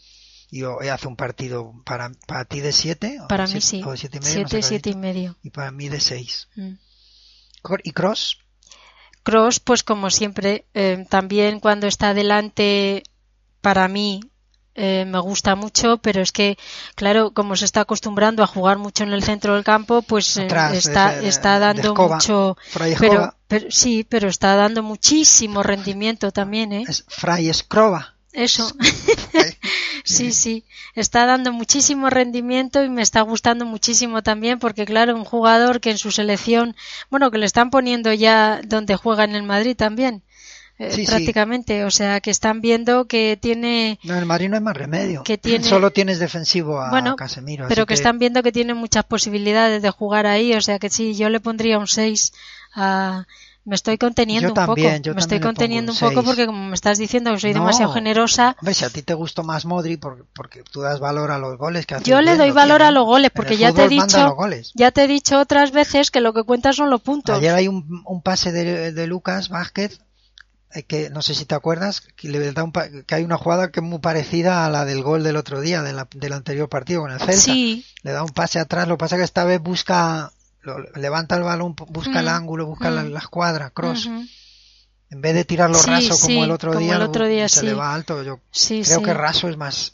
Speaker 2: Y hoy hace un partido para, para ti de 7.
Speaker 3: para mí sí,
Speaker 2: O de 7 y medio. no sé
Speaker 3: siete,
Speaker 2: qué
Speaker 3: siete y medio.
Speaker 2: Y para mí de 6.
Speaker 3: Mm.
Speaker 2: ¿Y Cross?
Speaker 3: Cross, pues como siempre, eh, también cuando está delante, para mí eh, me gusta mucho, pero es que, claro, como se está acostumbrando a jugar mucho en el centro del campo, pues eh,
Speaker 2: Atrás,
Speaker 3: está,
Speaker 2: desde-
Speaker 3: está
Speaker 2: de
Speaker 3: dando
Speaker 2: escoba.
Speaker 3: mucho.
Speaker 2: Fray
Speaker 3: Pero,
Speaker 2: Escoba.
Speaker 3: pero- sí, pero está dando muchísimo rendimiento también, ¿eh?
Speaker 2: es Fray Escroba.
Speaker 3: Eso, sí, sí, está dando muchísimo rendimiento y me está gustando muchísimo también porque, claro, un jugador que en su selección, bueno, que le están poniendo ya donde juega en el Madrid también, eh,
Speaker 2: Sí, sí.
Speaker 3: prácticamente, o sea, que están viendo que tiene,
Speaker 2: No, el Madrid no hay más remedio.
Speaker 3: Que tiene-
Speaker 2: Solo tienes defensivo a
Speaker 3: Bueno,
Speaker 2: Casemiro. así
Speaker 3: pero que están viendo que tiene muchas posibilidades de jugar ahí, o sea, que sí, yo le pondría un 6 a... Me estoy conteniendo
Speaker 2: Yo
Speaker 3: un
Speaker 2: también,
Speaker 3: poco,
Speaker 2: yo
Speaker 3: me
Speaker 2: también
Speaker 3: estoy
Speaker 2: le pongo
Speaker 3: conteniendo
Speaker 2: un
Speaker 3: un poco
Speaker 2: 6.
Speaker 3: porque como me estás diciendo que soy
Speaker 2: No.
Speaker 3: demasiado generosa,
Speaker 2: Hombre, si a ti te gustó más Modri porque, porque tú das valor a los goles que hace.
Speaker 3: Yo le
Speaker 2: bien,
Speaker 3: doy
Speaker 2: lo
Speaker 3: valor
Speaker 2: tiene.
Speaker 3: a los goles,
Speaker 2: En
Speaker 3: porque
Speaker 2: el
Speaker 3: ya te he
Speaker 2: fútbol manda
Speaker 3: dicho,
Speaker 2: los goles.
Speaker 3: ya te he dicho otras veces que lo que cuenta son los puntos.
Speaker 2: Ayer hay un, un pase de, de Lucas Vázquez eh, que no sé si te acuerdas que, le da un pa- que hay una jugada que es muy parecida a la del gol del otro día de la- del anterior partido con el Celta
Speaker 3: sí,
Speaker 2: le da un pase atrás lo que pasa que esta vez busca lo- levanta el balón busca el
Speaker 3: Mm,
Speaker 2: ángulo busca la,
Speaker 3: mm.
Speaker 2: la escuadra cross
Speaker 3: ujú,
Speaker 2: en vez de tirarlo
Speaker 3: Sí,
Speaker 2: raso como
Speaker 3: sí,
Speaker 2: el otro
Speaker 3: como
Speaker 2: día,
Speaker 3: el otro
Speaker 2: lo-
Speaker 3: día,
Speaker 2: se
Speaker 3: sí.
Speaker 2: le va alto yo
Speaker 3: sí,
Speaker 2: creo
Speaker 3: sí.
Speaker 2: que raso es más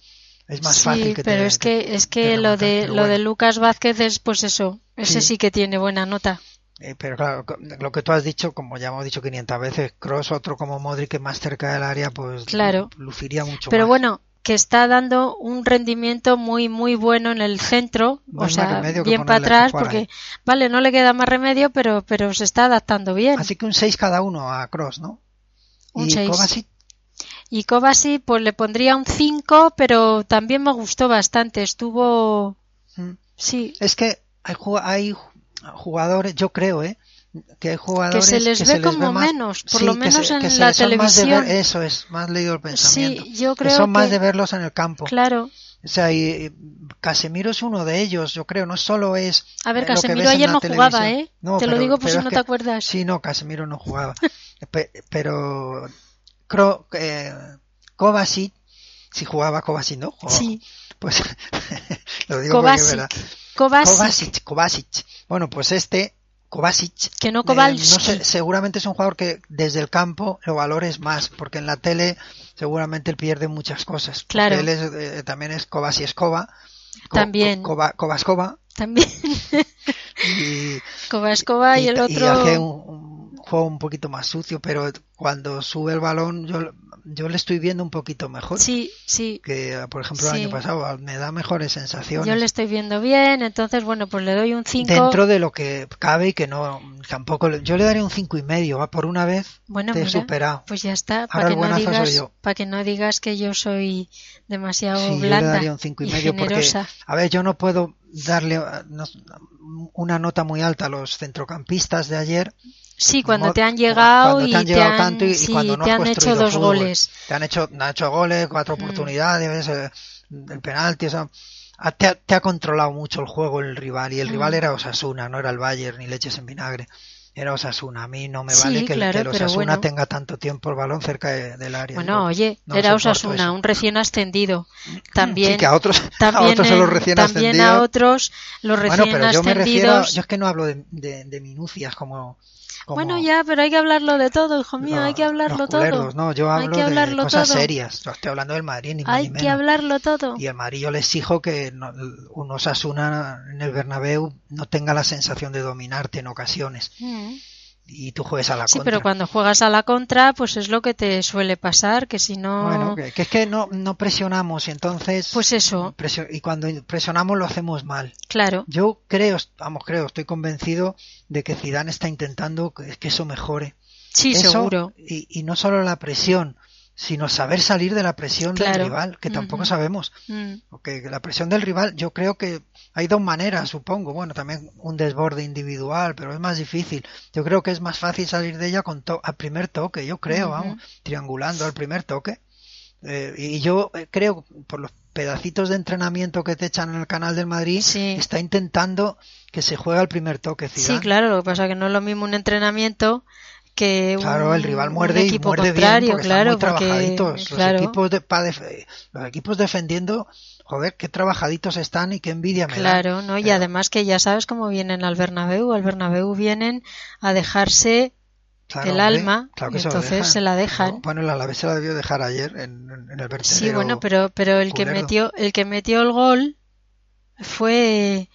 Speaker 2: es más
Speaker 3: Sí,
Speaker 2: fácil que te-
Speaker 3: pero es que es que
Speaker 2: te
Speaker 3: lo de
Speaker 2: remontan, pero
Speaker 3: lo de
Speaker 2: bueno.
Speaker 3: Lucas Vázquez es pues eso, ese
Speaker 2: Sí.
Speaker 3: sí que tiene buena nota.
Speaker 2: Eh, pero claro, co- lo que tú has dicho, como ya hemos dicho 500 veces, Cross, otro como Modric, que más cerca del área, pues
Speaker 3: Claro.
Speaker 2: luciría mucho
Speaker 3: Pero
Speaker 2: más.
Speaker 3: bueno, que está dando un rendimiento muy muy bueno en el centro,
Speaker 2: No
Speaker 3: o
Speaker 2: hay más
Speaker 3: sea,
Speaker 2: remedio que
Speaker 3: bien para
Speaker 2: ponerle a
Speaker 3: atrás
Speaker 2: jugar
Speaker 3: porque
Speaker 2: ahí.
Speaker 3: vale, no le queda más remedio, pero pero se está adaptando bien.
Speaker 2: Así que un 6 cada uno a Cross, ¿no?
Speaker 3: Un
Speaker 2: y
Speaker 3: seis.
Speaker 2: Kovacic,
Speaker 3: Y Kovacic pues le pondría un 5, pero también me gustó bastante, estuvo
Speaker 2: mm,
Speaker 3: sí,
Speaker 2: es que hay, ju- hay jugadores, yo creo, ¿eh? Que hay
Speaker 3: que
Speaker 2: jugadores
Speaker 3: se les
Speaker 2: que
Speaker 3: ve
Speaker 2: se les
Speaker 3: como
Speaker 2: más-
Speaker 3: menos, por
Speaker 2: sí,
Speaker 3: lo
Speaker 2: que
Speaker 3: menos
Speaker 2: se-
Speaker 3: en
Speaker 2: que se
Speaker 3: la
Speaker 2: les son más de ver-
Speaker 3: televisión.
Speaker 2: eso es, más leído el pensamiento.
Speaker 3: sí, yo
Speaker 2: Que
Speaker 3: creo
Speaker 2: son más
Speaker 3: que-
Speaker 2: de verlos en el campo.
Speaker 3: claro.
Speaker 2: O sea, y, eh, Casemiro es uno de ellos, yo creo. No solo es.
Speaker 3: A ver,
Speaker 2: eh, lo que
Speaker 3: Casemiro
Speaker 2: ves en
Speaker 3: ayer
Speaker 2: la
Speaker 3: no jugaba,
Speaker 2: televisión.
Speaker 3: ¿eh? Te lo digo por si
Speaker 2: es
Speaker 3: no te
Speaker 2: que-
Speaker 3: acuerdas.
Speaker 2: Sí, no, Casemiro no jugaba. Pe- pero. Cro, eh, Kovacic, si jugaba Kovacic, ¿no? Jugaba.
Speaker 3: Sí.
Speaker 2: Pues. lo digo porque es verdad.
Speaker 3: Kovacic, Kovacic,
Speaker 2: Kovacic, Kovacic. Bueno, pues este. Kovacic.
Speaker 3: que no
Speaker 2: eh, no
Speaker 3: Kowalski.
Speaker 2: sé, seguramente es un jugador que desde el campo lo valores más, porque en la tele seguramente él pierde muchas cosas. porque
Speaker 3: Claro.
Speaker 2: Él es, eh, también es Kovac y Escoba.
Speaker 3: También.
Speaker 2: Kovascova.
Speaker 3: También
Speaker 2: Y,
Speaker 3: Kovaskova y,
Speaker 2: y
Speaker 3: el
Speaker 2: ta-
Speaker 3: otro.
Speaker 2: y hace un, un juego un poquito más sucio, pero cuando sube el balón yo, yo le estoy viendo un poquito mejor.
Speaker 3: Sí, sí.
Speaker 2: Que, por ejemplo,
Speaker 3: Sí.
Speaker 2: el año pasado me da mejores sensaciones.
Speaker 3: Yo le estoy viendo bien, entonces bueno, pues le doy un 5.
Speaker 2: Dentro de lo que cabe y que no, tampoco. le- Yo le daré un cinco y medio, va, por una vez
Speaker 3: Bueno,
Speaker 2: te he
Speaker 3: mira,
Speaker 2: superado.
Speaker 3: pues ya está,
Speaker 2: Ahora el
Speaker 3: para que no
Speaker 2: buenazo soy
Speaker 3: digas,
Speaker 2: yo.
Speaker 3: para que no digas que yo soy demasiado
Speaker 2: Sí, yo le
Speaker 3: blanda
Speaker 2: daría un cinco y,
Speaker 3: y
Speaker 2: medio porque,
Speaker 3: generosa.
Speaker 2: a ver, yo no puedo darle a- nos- una nota muy alta a los centrocampistas de ayer.
Speaker 3: Sí, cuando
Speaker 2: Mo-
Speaker 3: te han llegado
Speaker 2: cuando
Speaker 3: y
Speaker 2: te han llegado tanto y, y
Speaker 3: sí,
Speaker 2: cuando no
Speaker 3: te
Speaker 2: has
Speaker 3: han hecho
Speaker 2: construido
Speaker 3: dos
Speaker 2: fútbol.
Speaker 3: goles.
Speaker 2: Te han hecho, han hecho goles, cuatro
Speaker 3: Mm.
Speaker 2: oportunidades, eh, el penalti, o sea, ha- te, ha, te ha controlado mucho el juego el rival y el
Speaker 3: Mm.
Speaker 2: rival era Osasuna, no era el Bayern ni leches en vinagre. Era Osasuna. A mí no me
Speaker 3: Sí,
Speaker 2: vale que, el-
Speaker 3: claro,
Speaker 2: que el
Speaker 3: pero
Speaker 2: Osasuna
Speaker 3: bueno.
Speaker 2: tenga tanto tiempo el balón cerca de- del área.
Speaker 3: Bueno,
Speaker 2: Digo,
Speaker 3: oye,
Speaker 2: no
Speaker 3: era
Speaker 2: soporto
Speaker 3: Osasuna,
Speaker 2: eso.
Speaker 3: un recién ascendido. También,
Speaker 2: Sí, que a otros,
Speaker 3: también,
Speaker 2: a otros se los
Speaker 3: en-
Speaker 2: recién
Speaker 3: también a
Speaker 2: ascendidos.
Speaker 3: otros los recién
Speaker 2: bueno, pero yo me refiero,
Speaker 3: ascendidos.
Speaker 2: yo es que no hablo de, de- de minucias como, como
Speaker 3: Bueno, ya, pero hay que hablarlo de todo, hijo mío,
Speaker 2: lo-
Speaker 3: hay que hablarlo
Speaker 2: los
Speaker 3: todo.
Speaker 2: culeros, No, yo
Speaker 3: Hay
Speaker 2: hablo
Speaker 3: que
Speaker 2: de
Speaker 3: hablarlo
Speaker 2: cosas
Speaker 3: todo.
Speaker 2: serias. No estoy hablando del Madrid ni más
Speaker 3: Hay
Speaker 2: ni
Speaker 3: que
Speaker 2: menos.
Speaker 3: hablarlo todo.
Speaker 2: Y el Madrid yo le exijo que no, un Osasuna en el Bernabéu no tenga la sensación de dominarte en ocasiones
Speaker 3: Mm.
Speaker 2: y tú juegues a la
Speaker 3: Sí,
Speaker 2: contra.
Speaker 3: pero cuando juegas a la contra, pues es lo que te suele pasar, que si no...
Speaker 2: Bueno, que, que es que no, no presionamos, entonces
Speaker 3: Pues eso,
Speaker 2: presio- y cuando presionamos lo hacemos mal.
Speaker 3: claro.
Speaker 2: Yo creo, vamos, creo, estoy convencido de que Zidane está intentando que que eso mejore.
Speaker 3: Sí,
Speaker 2: Eso,
Speaker 3: seguro.
Speaker 2: Y, y no solo la presión, sino saber salir de la presión
Speaker 3: Claro.
Speaker 2: del rival, que tampoco
Speaker 3: Ujú.
Speaker 2: sabemos.
Speaker 3: Mm.
Speaker 2: Porque la presión del rival, yo creo que hay dos maneras, supongo. Bueno, también un desborde individual, pero es más difícil. Yo creo que es más fácil salir de ella con to- al primer toque, yo creo,
Speaker 3: Ujú.
Speaker 2: vamos, triangulando al primer toque. Eh, y yo eh, creo, por los pedacitos de entrenamiento que te echan en el canal del Madrid,
Speaker 3: Sí.
Speaker 2: está intentando que se juegue al primer toque.
Speaker 3: Sí,
Speaker 2: Zidane.
Speaker 3: claro, lo que pasa es que no es lo mismo un entrenamiento que un,
Speaker 2: Claro, el rival
Speaker 3: un
Speaker 2: muerde y
Speaker 3: equipo
Speaker 2: muerde
Speaker 3: contrario,
Speaker 2: bien porque
Speaker 3: claro,
Speaker 2: están muy
Speaker 3: porque-
Speaker 2: trabajaditos.
Speaker 3: claro,
Speaker 2: Los, equipos de- pa def- los equipos defendiendo, joder, qué trabajaditos están y qué envidia me dan.
Speaker 3: claro, ¿no? Y
Speaker 2: Pero-
Speaker 3: además que ya sabes cómo vienen al Bernabéu, al Bernabéu vienen a dejarse
Speaker 2: Claro,
Speaker 3: el
Speaker 2: hombre,
Speaker 3: alma,
Speaker 2: claro que
Speaker 3: y
Speaker 2: se lo
Speaker 3: entonces
Speaker 2: dejan.
Speaker 3: se la dejan.
Speaker 2: No, bueno, el Alavés se la debió dejar ayer en, en- en el vertedero.
Speaker 3: Sí, bueno, pero, pero el que
Speaker 2: culero.
Speaker 3: metió, el que metió el gol fue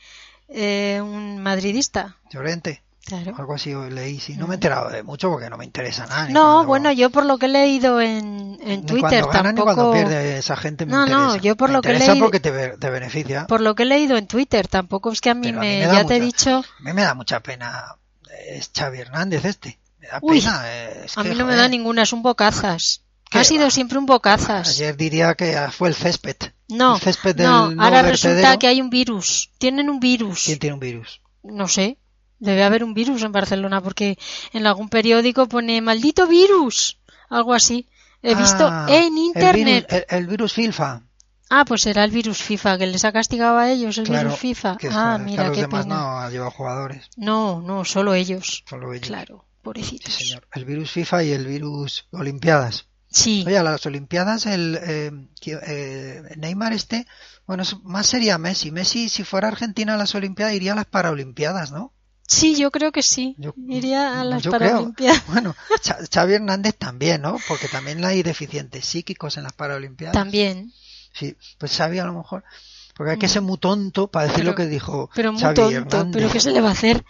Speaker 3: eh, un madridista,
Speaker 2: Llorente,
Speaker 3: claro.
Speaker 2: algo así leí. Sí, no
Speaker 3: Mm.
Speaker 2: me he enterado de mucho porque no me interesa nada. ni
Speaker 3: No,
Speaker 2: cuando-
Speaker 3: bueno, yo por lo que he leído en, en
Speaker 2: ni
Speaker 3: Twitter
Speaker 2: cuando gana, ni cuando
Speaker 3: tampoco,
Speaker 2: pierde esa gente me
Speaker 3: No, no,
Speaker 2: interesa.
Speaker 3: yo por
Speaker 2: Me
Speaker 3: lo que
Speaker 2: interesa
Speaker 3: leí-
Speaker 2: porque te, be- te beneficia.
Speaker 3: por lo que he leído en Twitter tampoco es que a mí
Speaker 2: Pero a mí
Speaker 3: me,
Speaker 2: me da
Speaker 3: ya te he
Speaker 2: mucha-
Speaker 3: dicho,
Speaker 2: A mí me da mucha pena. Es Xavi Hernández este. Me da
Speaker 3: Uy,
Speaker 2: pena. eh, es
Speaker 3: a
Speaker 2: que,
Speaker 3: mí no me
Speaker 2: joder,
Speaker 3: da ninguna, es un bocazas.
Speaker 2: ¿Qué
Speaker 3: Ha sido
Speaker 2: va?
Speaker 3: siempre un bocazas.
Speaker 2: Ayer diría que fue el césped.
Speaker 3: No,
Speaker 2: el césped del
Speaker 3: no,
Speaker 2: nuevo
Speaker 3: ahora resulta
Speaker 2: vertedero.
Speaker 3: que hay un virus. Tienen un virus.
Speaker 2: ¿Quién tiene un virus?
Speaker 3: No sé, debe haber un virus en Barcelona porque en algún periódico pone maldito virus, algo así. He visto
Speaker 2: Ah,
Speaker 3: en
Speaker 2: El
Speaker 3: internet.
Speaker 2: virus, el- el virus filfa.
Speaker 3: Ah, pues será el virus FIFA, que les ha castigado a ellos el
Speaker 2: Claro,
Speaker 3: virus FIFA.
Speaker 2: que es-
Speaker 3: ah,
Speaker 2: que
Speaker 3: mira,
Speaker 2: los
Speaker 3: qué
Speaker 2: demás
Speaker 3: pena.
Speaker 2: no ha llevado jugadores.
Speaker 3: No. no, solo ellos.
Speaker 2: Solo ellos.
Speaker 3: Claro,
Speaker 2: Sí,
Speaker 3: pobrecitos.
Speaker 2: señor. El virus FIFA y el virus Olimpiadas.
Speaker 3: Sí,
Speaker 2: Oye, a las Olimpiadas, el eh, que- eh, Neymar este, bueno, es- más sería Messi. Messi, si fuera Argentina a las Olimpiadas, iría a las Paraolimpiadas, ¿no?
Speaker 3: sí, yo creo que sí.
Speaker 2: Yo-
Speaker 3: Iría a las
Speaker 2: yo creo.
Speaker 3: Paralimpiadas.
Speaker 2: Bueno, Cha- Xavi Hernández también, ¿no? Porque también hay deficientes psíquicos en las Paraolimpiadas.
Speaker 3: También.
Speaker 2: Sí, pues Xavi a lo mejor. Porque hay que
Speaker 3: Mm.
Speaker 2: ser muy tonto para decir lo
Speaker 3: Pero-
Speaker 2: que dijo
Speaker 3: Pero muy
Speaker 2: Xavi
Speaker 3: tonto.
Speaker 2: Hernández.
Speaker 3: ¿Pero qué se le va a hacer?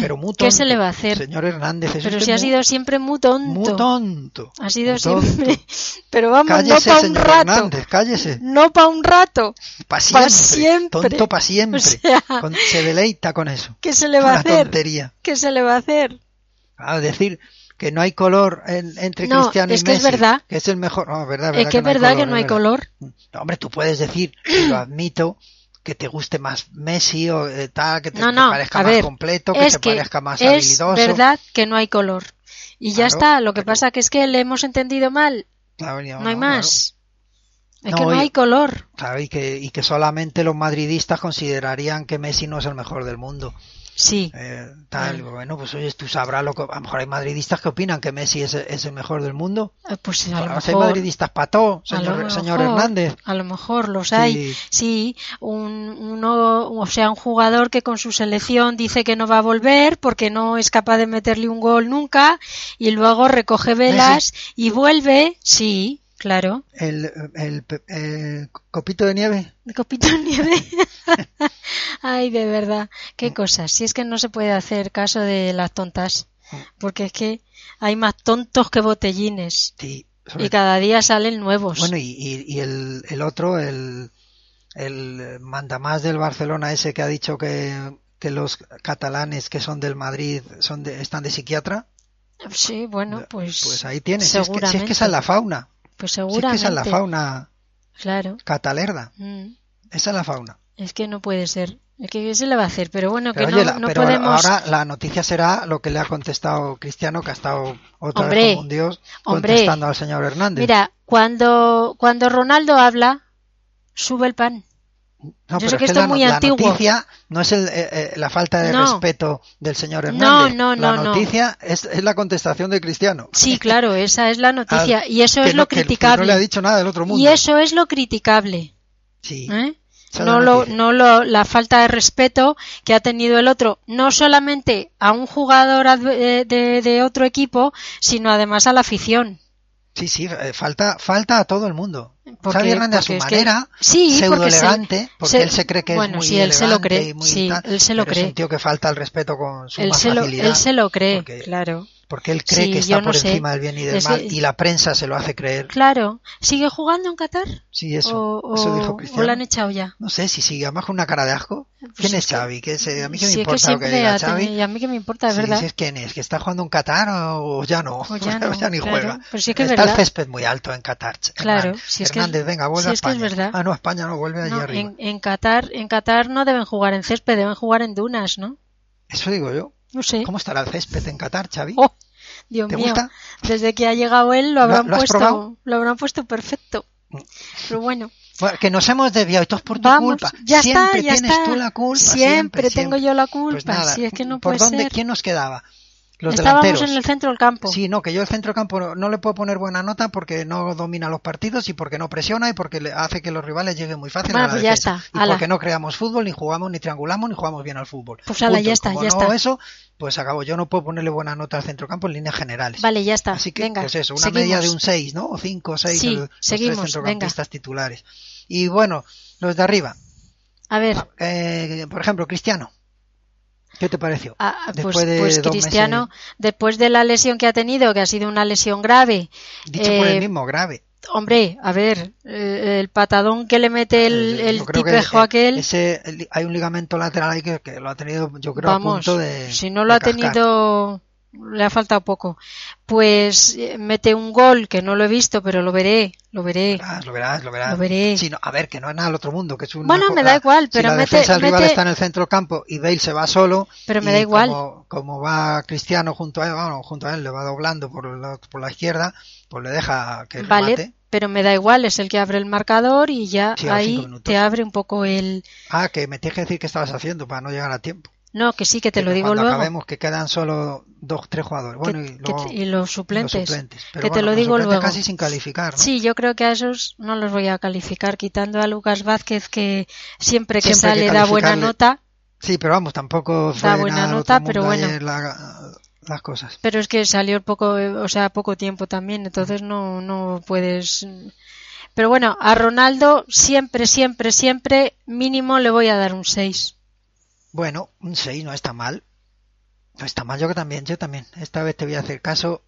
Speaker 2: Pero muy
Speaker 3: ¿Qué se
Speaker 2: tonto.
Speaker 3: le va a hacer?
Speaker 2: Señor Hernández, es
Speaker 3: Pero
Speaker 2: usted
Speaker 3: si ha
Speaker 2: muy-
Speaker 3: sido siempre muy
Speaker 2: muy tonto.
Speaker 3: Ha sido
Speaker 2: Muy tonto.
Speaker 3: siempre. Pero vamos,
Speaker 2: Cállese,
Speaker 3: no para un
Speaker 2: señor
Speaker 3: rato.
Speaker 2: Hernández, cállese.
Speaker 3: No para un rato.
Speaker 2: Pa' siempre.
Speaker 3: Pa' siempre.
Speaker 2: Tonto para siempre.
Speaker 3: O sea,
Speaker 2: Con- se deleita con eso.
Speaker 3: ¿qué se le va
Speaker 2: Una
Speaker 3: a hacer?
Speaker 2: tontería.
Speaker 3: ¿Qué se le va a hacer?
Speaker 2: A decir que no hay color en- entre
Speaker 3: No,
Speaker 2: Cristiano
Speaker 3: es
Speaker 2: y
Speaker 3: que
Speaker 2: Messi.
Speaker 3: es verdad.
Speaker 2: Que es el mejor. No, es verdad,
Speaker 3: Es que es verdad que no hay
Speaker 2: es verdad.
Speaker 3: color.
Speaker 2: No, hombre, tú puedes decir, lo admito, que te guste más Messi o eh, tal, que te,
Speaker 3: No,
Speaker 2: te
Speaker 3: no.
Speaker 2: parezca
Speaker 3: A
Speaker 2: más
Speaker 3: ver,
Speaker 2: completo, que
Speaker 3: Es
Speaker 2: te
Speaker 3: que
Speaker 2: parezca más
Speaker 3: es
Speaker 2: habilidoso.
Speaker 3: verdad que no hay color. Y ya
Speaker 2: Claro,
Speaker 3: está. Lo que
Speaker 2: pero-
Speaker 3: pasa que es que le hemos entendido mal.
Speaker 2: Claro,
Speaker 3: No hay
Speaker 2: claro.
Speaker 3: más. Es
Speaker 2: No,
Speaker 3: que no
Speaker 2: oye.
Speaker 3: hay color.
Speaker 2: Claro, y que, y que solamente los madridistas considerarían que Messi no es el mejor del mundo.
Speaker 3: Sí.
Speaker 2: Eh, tal,
Speaker 3: Bueno.
Speaker 2: bueno, pues oye, tú sabrás lo que. A lo mejor hay madridistas que opinan que Messi es, es el mejor del mundo.
Speaker 3: Eh, Pues
Speaker 2: A
Speaker 3: a lo
Speaker 2: lo mejor hay
Speaker 3: mejor.
Speaker 2: madridistas pató,
Speaker 3: a
Speaker 2: señor,
Speaker 3: lo
Speaker 2: señor
Speaker 3: mejor-
Speaker 2: Hernández.
Speaker 3: A lo mejor los hay.
Speaker 2: Sí.
Speaker 3: Sí, un, uno, o sea, un jugador que con su selección dice que no va a volver porque no es capaz de meterle un gol nunca y luego recoge velas y vuelve. Sí, claro.
Speaker 2: El, el, pe- el copito de nieve.
Speaker 3: Copito de nieve. Ay, de verdad.
Speaker 2: Mm.
Speaker 3: Qué cosas. Si es que no se puede hacer caso de las tontas.
Speaker 2: Mm.
Speaker 3: Porque es que hay más tontos que botellines.
Speaker 2: Sí, sobre
Speaker 3: Y cada día salen nuevos.
Speaker 2: Bueno, y, y- y el, el otro, el, el mandamás del Barcelona, ese que ha dicho que, que los catalanes que son del Madrid son de- están de psiquiatra,
Speaker 3: sí, bueno, pues.
Speaker 2: pues ahí tienes. Si es, que, si es que
Speaker 3: seguramente.
Speaker 2: esa es la fauna.
Speaker 3: Pues
Speaker 2: Si es que
Speaker 3: seguramente.
Speaker 2: esa es la fauna
Speaker 3: Claro.
Speaker 2: catalerda.
Speaker 3: Mm.
Speaker 2: Esa es la fauna.
Speaker 3: Es que no puede ser. Es que ¿qué se le va a hacer, pero bueno,
Speaker 2: Pero,
Speaker 3: que
Speaker 2: oye,
Speaker 3: no,
Speaker 2: la-
Speaker 3: no
Speaker 2: pero
Speaker 3: podemos.
Speaker 2: ahora la noticia será lo que le ha contestado Cristiano, que ha estado otra
Speaker 3: Hombre,
Speaker 2: vez como un dios
Speaker 3: hombre.
Speaker 2: contestando al señor Hernández.
Speaker 3: Mira, cuando, cuando Ronaldo habla, sube el pan.
Speaker 2: No,
Speaker 3: yo
Speaker 2: pero
Speaker 3: sé
Speaker 2: es
Speaker 3: que esto
Speaker 2: la,
Speaker 3: es muy
Speaker 2: no- la
Speaker 3: antiguo.
Speaker 2: noticia no es el, eh, eh, la falta de
Speaker 3: No.
Speaker 2: respeto del señor
Speaker 3: No,
Speaker 2: Hernández.
Speaker 3: no,
Speaker 2: la
Speaker 3: no, no.
Speaker 2: noticia es, es la contestación de Cristiano.
Speaker 3: Sí, claro, esa es la noticia.
Speaker 2: Ah,
Speaker 3: y eso
Speaker 2: que
Speaker 3: es
Speaker 2: no-
Speaker 3: lo
Speaker 2: que- que no le ha
Speaker 3: criticable.
Speaker 2: dicho nada del otro mundo.
Speaker 3: y eso es lo criticable.
Speaker 2: Sí,
Speaker 3: ¿eh?
Speaker 2: esa es la
Speaker 3: No, lo,
Speaker 2: noticia.
Speaker 3: no lo, la falta de respeto que ha tenido el otro, no solamente a un jugador adve- de, de- de otro equipo, sino además a la afición.
Speaker 2: Sí, sí, eh, falta, falta a todo el mundo.
Speaker 3: Porque-
Speaker 2: Xavi Hernández a su
Speaker 3: porque es que-
Speaker 2: manera,
Speaker 3: Sí,
Speaker 2: pseudo
Speaker 3: porque se-
Speaker 2: elegante, porque
Speaker 3: se-
Speaker 2: él se cree que
Speaker 3: bueno,
Speaker 2: es muy
Speaker 3: sí, él se lo
Speaker 2: elegante
Speaker 3: cree,
Speaker 2: y muy
Speaker 3: sí,
Speaker 2: tal,
Speaker 3: él se lo
Speaker 2: pero Es
Speaker 3: cree.
Speaker 2: un tío que falta el respeto con su
Speaker 3: él
Speaker 2: más
Speaker 3: se, lo,
Speaker 2: facilidad.
Speaker 3: él se lo cree,
Speaker 2: porque
Speaker 3: claro.
Speaker 2: Porque él cree
Speaker 3: Sí,
Speaker 2: que está
Speaker 3: yo no
Speaker 2: por
Speaker 3: sé.
Speaker 2: encima del bien y del
Speaker 3: Es que-
Speaker 2: mal y la prensa se lo hace creer.
Speaker 3: Claro. ¿Sigue jugando en Qatar?
Speaker 2: Sí, eso.
Speaker 3: ¿O,
Speaker 2: eso
Speaker 3: o-
Speaker 2: dijo
Speaker 3: o
Speaker 2: Cristiano.
Speaker 3: lo han echado ya?
Speaker 2: No sé si sigue, además con una cara de asco.
Speaker 3: Pues
Speaker 2: ¿Quién es Xavi? ¿Qué es? Eh, A mí que me
Speaker 3: Sí, es
Speaker 2: importa
Speaker 3: que
Speaker 2: lo que
Speaker 3: siempre
Speaker 2: diga
Speaker 3: ha
Speaker 2: Xavi.
Speaker 3: tenido- y a mí que me importa, es
Speaker 2: Si
Speaker 3: verdad.
Speaker 2: dices quién es, que está jugando en Qatar o, o ya no,
Speaker 3: O ya no,
Speaker 2: ni
Speaker 3: claro.
Speaker 2: juega.
Speaker 3: Pero sí que es
Speaker 2: está el
Speaker 3: verdad.
Speaker 2: césped muy alto en Qatar. che,
Speaker 3: Claro,
Speaker 2: Hernán.
Speaker 3: si es que es-
Speaker 2: Hernández, venga, vuelve
Speaker 3: si
Speaker 2: a
Speaker 3: es que
Speaker 2: España.
Speaker 3: es verdad.
Speaker 2: Ah, no, a España no, vuelve allí
Speaker 3: No,
Speaker 2: arriba.
Speaker 3: en, en Qatar, en Qatar no deben jugar en césped, deben jugar en dunas, ¿no?
Speaker 2: Eso digo yo.
Speaker 3: No sé.
Speaker 2: ¿Cómo estará el césped en Qatar, Xavi?
Speaker 3: ¿Eh? Oh, Dios
Speaker 2: ¿Te
Speaker 3: mío.
Speaker 2: gusta?
Speaker 3: Desde que ha llegado
Speaker 2: ¿Lo-
Speaker 3: él lo habrán
Speaker 2: lo has probado? Mm.
Speaker 3: puesto, lo habrán puesto perfecto. Pero bueno,
Speaker 2: Bueno, que nos hemos desviado, esto es por tu
Speaker 3: vamos,
Speaker 2: culpa.
Speaker 3: ya
Speaker 2: siempre
Speaker 3: está, ya
Speaker 2: tienes
Speaker 3: está.
Speaker 2: tú la culpa.
Speaker 3: Siempre, tengo
Speaker 2: siempre.
Speaker 3: yo la culpa.
Speaker 2: Pues nada,
Speaker 3: si es que no
Speaker 2: ¿por
Speaker 3: puede
Speaker 2: dónde?
Speaker 3: ser.
Speaker 2: ¿Quién nos quedaba? Los
Speaker 3: Estábamos
Speaker 2: delanteros.
Speaker 3: en el centro del campo.
Speaker 2: Sí, no, que yo el centrocampo no, no le puedo poner buena nota porque no domina los partidos y porque no presiona y porque le hace que los rivales lleguen muy fácil
Speaker 3: Bueno,
Speaker 2: a la
Speaker 3: pues ya
Speaker 2: defensa.
Speaker 3: está,
Speaker 2: Y
Speaker 3: ala.
Speaker 2: porque no creamos fútbol, ni jugamos, ni triangulamos, ni jugamos bien al fútbol.
Speaker 3: Pues ala,
Speaker 2: Punto.
Speaker 3: ya
Speaker 2: Y
Speaker 3: está,
Speaker 2: como
Speaker 3: ya
Speaker 2: no
Speaker 3: está.
Speaker 2: eso, pues acabo. Yo no puedo ponerle buena nota al centrocampo en líneas generales.
Speaker 3: Vale, ya está.
Speaker 2: Así que,
Speaker 3: venga,
Speaker 2: pues eso, una
Speaker 3: seguimos.
Speaker 2: media de un 6, ¿no? O 5 o 6
Speaker 3: Sí,
Speaker 2: los tres
Speaker 3: seguimos, venga.
Speaker 2: centrocampistas titulares. Y bueno, los de arriba.
Speaker 3: A ver,
Speaker 2: Eh, por ejemplo, Cristiano. ¿Qué te pareció?
Speaker 3: ah, ah, pues,
Speaker 2: Después de
Speaker 3: pues
Speaker 2: dos
Speaker 3: Cristiano, después de la lesión que ha tenido, que ha sido una lesión grave,
Speaker 2: Dicho por
Speaker 3: eh,
Speaker 2: el mismo, grave.
Speaker 3: hombre, a ver, eh, el patadón que le mete el,
Speaker 2: Eh,
Speaker 3: el
Speaker 2: yo creo que,
Speaker 3: tipejo
Speaker 2: eh,
Speaker 3: aquel,
Speaker 2: ese- el- hay un ligamento lateral ahí que, que lo ha tenido, yo creo, a
Speaker 3: vamos,
Speaker 2: punto de.
Speaker 3: si no
Speaker 2: de
Speaker 3: lo ha
Speaker 2: cascar.
Speaker 3: tenido, le ha faltado poco. Pues eh, mete un gol que no lo he visto, pero lo veré, lo veré.
Speaker 2: Verás, lo verás, lo verás.
Speaker 3: Lo veré.
Speaker 2: Sí, no, a ver, que no es nada del otro mundo. Que es una
Speaker 3: Bueno,
Speaker 2: co-
Speaker 3: me da
Speaker 2: la-
Speaker 3: igual,
Speaker 2: si
Speaker 3: pero
Speaker 2: la
Speaker 3: mete-
Speaker 2: defensa del rival
Speaker 3: mete-
Speaker 2: está en el centro campo y Bale se va solo.
Speaker 3: Pero me
Speaker 2: y
Speaker 3: da igual.
Speaker 2: Como, como va Cristiano junto a él, bueno, junto a él le va doblando por la, por la izquierda, pues le deja que
Speaker 3: Vale,
Speaker 2: remate.
Speaker 3: pero me da igual, es el que abre el marcador y ya
Speaker 2: Sí, a los cinco
Speaker 3: ahí
Speaker 2: minutos.
Speaker 3: te abre un poco el...
Speaker 2: Ah, que me tienes que decir qué estabas haciendo para no llegar a tiempo.
Speaker 3: No, que sí, que te
Speaker 2: Que
Speaker 3: lo digo
Speaker 2: cuando
Speaker 3: luego.
Speaker 2: acabemos que quedan solo dos, tres jugadores.
Speaker 3: que-
Speaker 2: Bueno, y,
Speaker 3: que-
Speaker 2: luego
Speaker 3: y los
Speaker 2: los
Speaker 3: suplentes.
Speaker 2: suplentes. Pero
Speaker 3: que te
Speaker 2: bueno,
Speaker 3: lo
Speaker 2: los
Speaker 3: digo
Speaker 2: suplentes
Speaker 3: luego.
Speaker 2: casi sin calificar, ¿no?
Speaker 3: Sí, yo creo que a esos no los voy a calificar, quitando a Lucas Vázquez que siempre que
Speaker 2: Siempre hay que
Speaker 3: sale da buena
Speaker 2: calificarle.
Speaker 3: nota,
Speaker 2: Sí, pero vamos, tampoco
Speaker 3: Da
Speaker 2: fue
Speaker 3: buena
Speaker 2: nada del
Speaker 3: nota,
Speaker 2: otro
Speaker 3: pero
Speaker 2: mundo
Speaker 3: bueno.
Speaker 2: ayer la- las cosas.
Speaker 3: pero es que salió poco, eh, o sea, poco tiempo también, entonces no, no puedes. mm. Pero bueno, a Ronaldo siempre, siempre, siempre mínimo le voy a dar un 6.
Speaker 2: Bueno, un 6 no está mal. No está mal, yo que también, yo también. Esta vez te voy a hacer caso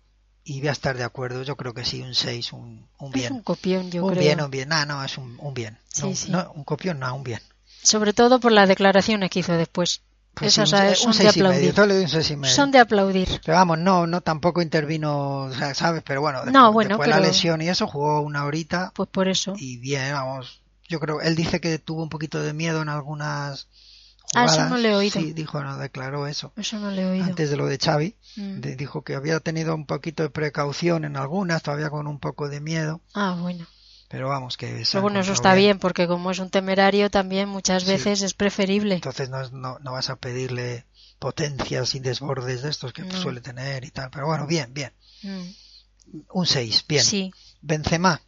Speaker 2: y voy a estar de acuerdo. Yo creo que sí, un 6, un, un
Speaker 3: Es un
Speaker 2: bien.
Speaker 3: copión, yo
Speaker 2: un
Speaker 3: creo.
Speaker 2: bien, un bien. Ah, no, es un, un bien.
Speaker 3: Sí,
Speaker 2: No,
Speaker 3: sí.
Speaker 2: no, un copión, no, un bien.
Speaker 3: Sobre todo por las declaraciones que hizo después.
Speaker 2: Pues
Speaker 3: Esas
Speaker 2: sí, un,
Speaker 3: eh,
Speaker 2: un
Speaker 3: son de
Speaker 2: seis y medio.
Speaker 3: aplaudir.
Speaker 2: Yo le doy un 6 y medio.
Speaker 3: Son de aplaudir.
Speaker 2: Pero vamos, no, no tampoco intervino, o sea, ¿sabes? Pero bueno, después,
Speaker 3: No, bueno,
Speaker 2: después la
Speaker 3: pero-
Speaker 2: lesión y eso, jugó una horita
Speaker 3: Pues por eso.
Speaker 2: y bien, vamos. Yo creo, él dice que tuvo un poquito de miedo en algunas
Speaker 3: Ah,
Speaker 2: jugadas.
Speaker 3: eso no le he oído.
Speaker 2: Sí, dijo, no declaró eso.
Speaker 3: Eso no le he oído.
Speaker 2: Antes de lo de Xavi,
Speaker 3: Mm.
Speaker 2: de- dijo que había tenido un poquito de precaución en algunas, todavía con un poco de miedo,
Speaker 3: Ah, bueno.
Speaker 2: pero vamos que. se ha
Speaker 3: Pero bueno, eso
Speaker 2: encontrado
Speaker 3: está bien, porque como es un temerario también muchas
Speaker 2: pues Sí.
Speaker 3: veces es preferible.
Speaker 2: Entonces no, es- no, no vas a pedirle potencias y desbordes de estos que pues
Speaker 3: No.
Speaker 2: suele tener y tal. Pero bueno, bien, bien.
Speaker 3: Mm.
Speaker 2: Un 6, bien.
Speaker 3: Sí.
Speaker 2: Benzema.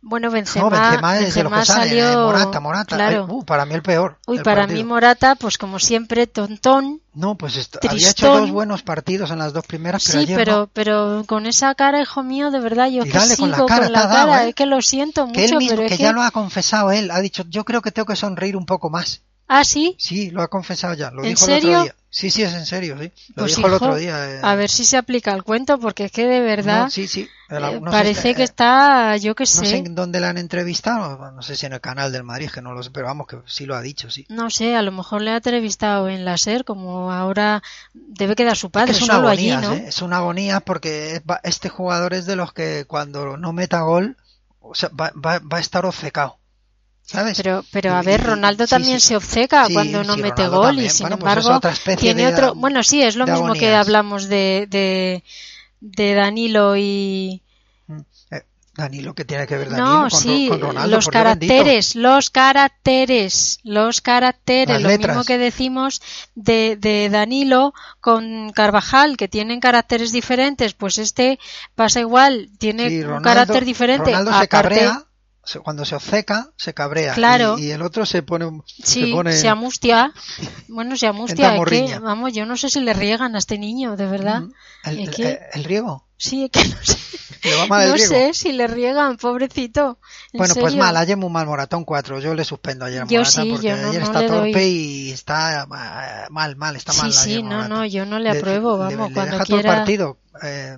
Speaker 3: Bueno,
Speaker 2: no,
Speaker 3: Benzema,
Speaker 2: Benzema es de los
Speaker 3: Benzema
Speaker 2: que sale. eh,
Speaker 3: salió...
Speaker 2: Morata, Morata. Ay,
Speaker 3: Claro.
Speaker 2: uh, para mí el peor.
Speaker 3: Uy,
Speaker 2: del
Speaker 3: para
Speaker 2: partido.
Speaker 3: mí Morata, pues como siempre, tontón.
Speaker 2: No, pues esto-
Speaker 3: Tristón.
Speaker 2: había hecho dos buenos partidos en las dos primeras, pero
Speaker 3: Sí,
Speaker 2: ayer
Speaker 3: pero,
Speaker 2: no.
Speaker 3: pero con esa cara, hijo mío, de verdad, yo
Speaker 2: Y
Speaker 3: es que
Speaker 2: dale con la
Speaker 3: sigo
Speaker 2: cara,
Speaker 3: con
Speaker 2: te
Speaker 3: la
Speaker 2: ha dado,
Speaker 3: cara,
Speaker 2: ¿eh?
Speaker 3: es que lo siento mucho,
Speaker 2: que él mismo,
Speaker 3: pero
Speaker 2: que,
Speaker 3: es
Speaker 2: ya lo ha confesado él, ha dicho, yo creo que tengo que sonreír un poco más.
Speaker 3: Ah, sí,
Speaker 2: Sí, lo ha confesado ya, lo
Speaker 3: ¿En
Speaker 2: dijo el
Speaker 3: serio?
Speaker 2: otro día. Sí, sí, es en serio, sí. Lo
Speaker 3: Pues,
Speaker 2: dijo el otro
Speaker 3: hijo,
Speaker 2: día. eh,
Speaker 3: a ver si se aplica el cuento, porque es que de verdad
Speaker 2: no, sí, sí.
Speaker 3: eh,
Speaker 2: el- no sé,
Speaker 3: parece
Speaker 2: eh,
Speaker 3: que está, yo qué
Speaker 2: No sé
Speaker 3: sé,
Speaker 2: en dónde la han entrevistado, no sé si en el canal del Madrid, que no lo sé, pero vamos, que sí lo ha dicho, sí.
Speaker 3: no sé, a lo mejor le ha entrevistado en la SER, como ahora debe quedar su padre
Speaker 2: es una
Speaker 3: solo
Speaker 2: agonía,
Speaker 3: allí, ¿no?
Speaker 2: ¿eh? Es una agonía porque es- va- este jugador es de los que cuando no meta gol, o sea, va, va- va a estar obcecado. ¿Sabes?
Speaker 3: Pero, pero a
Speaker 2: Y-
Speaker 3: ver,
Speaker 2: y-
Speaker 3: Ronaldo
Speaker 2: sí,
Speaker 3: también
Speaker 2: sí.
Speaker 3: se obceca
Speaker 2: Sí,
Speaker 3: cuando no
Speaker 2: sí,
Speaker 3: mete
Speaker 2: Ronaldo
Speaker 3: gol y
Speaker 2: también.
Speaker 3: sin
Speaker 2: Bueno, pues es
Speaker 3: embargo
Speaker 2: otra especie
Speaker 3: tiene
Speaker 2: de
Speaker 3: otro.
Speaker 2: a-
Speaker 3: Bueno, sí, es lo
Speaker 2: de
Speaker 3: mismo que
Speaker 2: agonías.
Speaker 3: hablamos de, de, de Danilo y.
Speaker 2: Eh, Danilo, que tiene que ver Danilo
Speaker 3: No,
Speaker 2: con, Ro-
Speaker 3: sí,
Speaker 2: con Ronaldo?
Speaker 3: los
Speaker 2: por Dios bendito?
Speaker 3: caracteres, los caracteres, los caracteres,
Speaker 2: Las
Speaker 3: lo
Speaker 2: letras.
Speaker 3: mismo que decimos de, de Danilo con Carvajal, que tienen caracteres diferentes, pues este pasa igual, tiene
Speaker 2: Sí,
Speaker 3: un
Speaker 2: Ronaldo-
Speaker 3: carácter diferente.
Speaker 2: Ronaldo se
Speaker 3: aparte-
Speaker 2: cabrea, se- cuando se obceca, se cabrea.
Speaker 3: Claro.
Speaker 2: Y, y el otro se pone. un-
Speaker 3: Sí,
Speaker 2: se pone.
Speaker 3: amustia. Bueno, se amustia. es que,
Speaker 2: morriña.
Speaker 3: vamos, yo no sé si le riegan a este niño, de verdad.
Speaker 2: Mm, El,
Speaker 3: ¿Y
Speaker 2: el-
Speaker 3: qué?
Speaker 2: el riego.
Speaker 3: Sí, es que no sé,
Speaker 2: Le va mal el
Speaker 3: no
Speaker 2: riego.
Speaker 3: sé si le riegan, pobrecito. En
Speaker 2: Bueno, pues
Speaker 3: serio.
Speaker 2: mal, ayer muy mal Moratón 4. Yo le suspendo ayer a
Speaker 3: Yo
Speaker 2: Morata
Speaker 3: sí,
Speaker 2: porque
Speaker 3: yo no-
Speaker 2: ayer
Speaker 3: no
Speaker 2: está
Speaker 3: le doy.
Speaker 2: torpe y está eh, mal, mal, está mal.
Speaker 3: Sí, sí,
Speaker 2: ayer
Speaker 3: no,
Speaker 2: Morata.
Speaker 3: no, yo no le apruebo, vamos,
Speaker 2: le
Speaker 3: cuando
Speaker 2: deja todo el
Speaker 3: quiera.
Speaker 2: partido. Eh,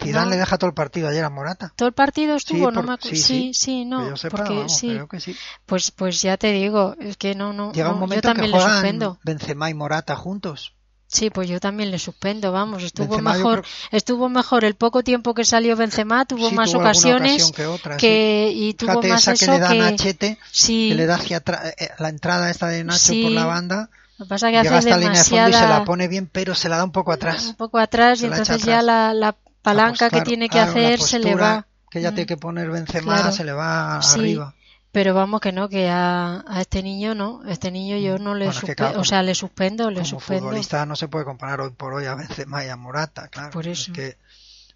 Speaker 2: Zidane
Speaker 3: No.
Speaker 2: le deja todo el partido ayer a Morata.
Speaker 3: Todo el partido
Speaker 2: Sí,
Speaker 3: estuvo, no
Speaker 2: por-
Speaker 3: me acu-
Speaker 2: sí,
Speaker 3: Sí,
Speaker 2: sí.
Speaker 3: sí,
Speaker 2: que
Speaker 3: no,
Speaker 2: yo sepa,
Speaker 3: porque
Speaker 2: vamos,
Speaker 3: sí.
Speaker 2: creo que sí.
Speaker 3: Pues, pues ya te digo, es que no, no,
Speaker 2: Llega
Speaker 3: no,
Speaker 2: un
Speaker 3: yo
Speaker 2: momento que
Speaker 3: también le
Speaker 2: juegan
Speaker 3: suspendo.
Speaker 2: Benzema y Morata juntos.
Speaker 3: Sí, pues yo también le suspendo, vamos, estuvo
Speaker 2: Benzema, yo
Speaker 3: mejor,
Speaker 2: creo-
Speaker 3: estuvo mejor el poco tiempo que salió Benzema, tuvo
Speaker 2: sí,
Speaker 3: más
Speaker 2: tuvo alguna
Speaker 3: ocasiones
Speaker 2: ocasión que otra. sí.
Speaker 3: que y tuvo
Speaker 2: Fíjate
Speaker 3: más
Speaker 2: esa que
Speaker 3: eso
Speaker 2: le dan
Speaker 3: que
Speaker 2: a Chete,
Speaker 3: sí.
Speaker 2: que le da hacia atrás, eh, la entrada esta de Nacho
Speaker 3: Sí.
Speaker 2: por la banda,
Speaker 3: Lo que pasa es que
Speaker 2: llega
Speaker 3: hace
Speaker 2: hasta la línea de fondo y se la
Speaker 3: demasiada
Speaker 2: pone bien, pero se la da un poco atrás.
Speaker 3: un poco atrás y
Speaker 2: se la echa
Speaker 3: entonces ya
Speaker 2: atrás.
Speaker 3: la, la palanca
Speaker 2: Apostar-
Speaker 3: que tiene que
Speaker 2: claro, la
Speaker 3: hacer se le
Speaker 2: postura
Speaker 3: va.
Speaker 2: Que ya
Speaker 3: Mm.
Speaker 2: tiene que poner Benzema,
Speaker 3: Claro.
Speaker 2: se le va
Speaker 3: Sí,
Speaker 2: arriba.
Speaker 3: Pero vamos que no, que a, a este niño no, a este niño yo no le
Speaker 2: Mm. Bueno, es que
Speaker 3: suspe-
Speaker 2: claro,
Speaker 3: o sea, le suspendo, le
Speaker 2: Como
Speaker 3: suspendo.
Speaker 2: futbolista no se puede comparar hoy por hoy a Benzema y a Morata, claro.
Speaker 3: Por eso.
Speaker 2: Es que,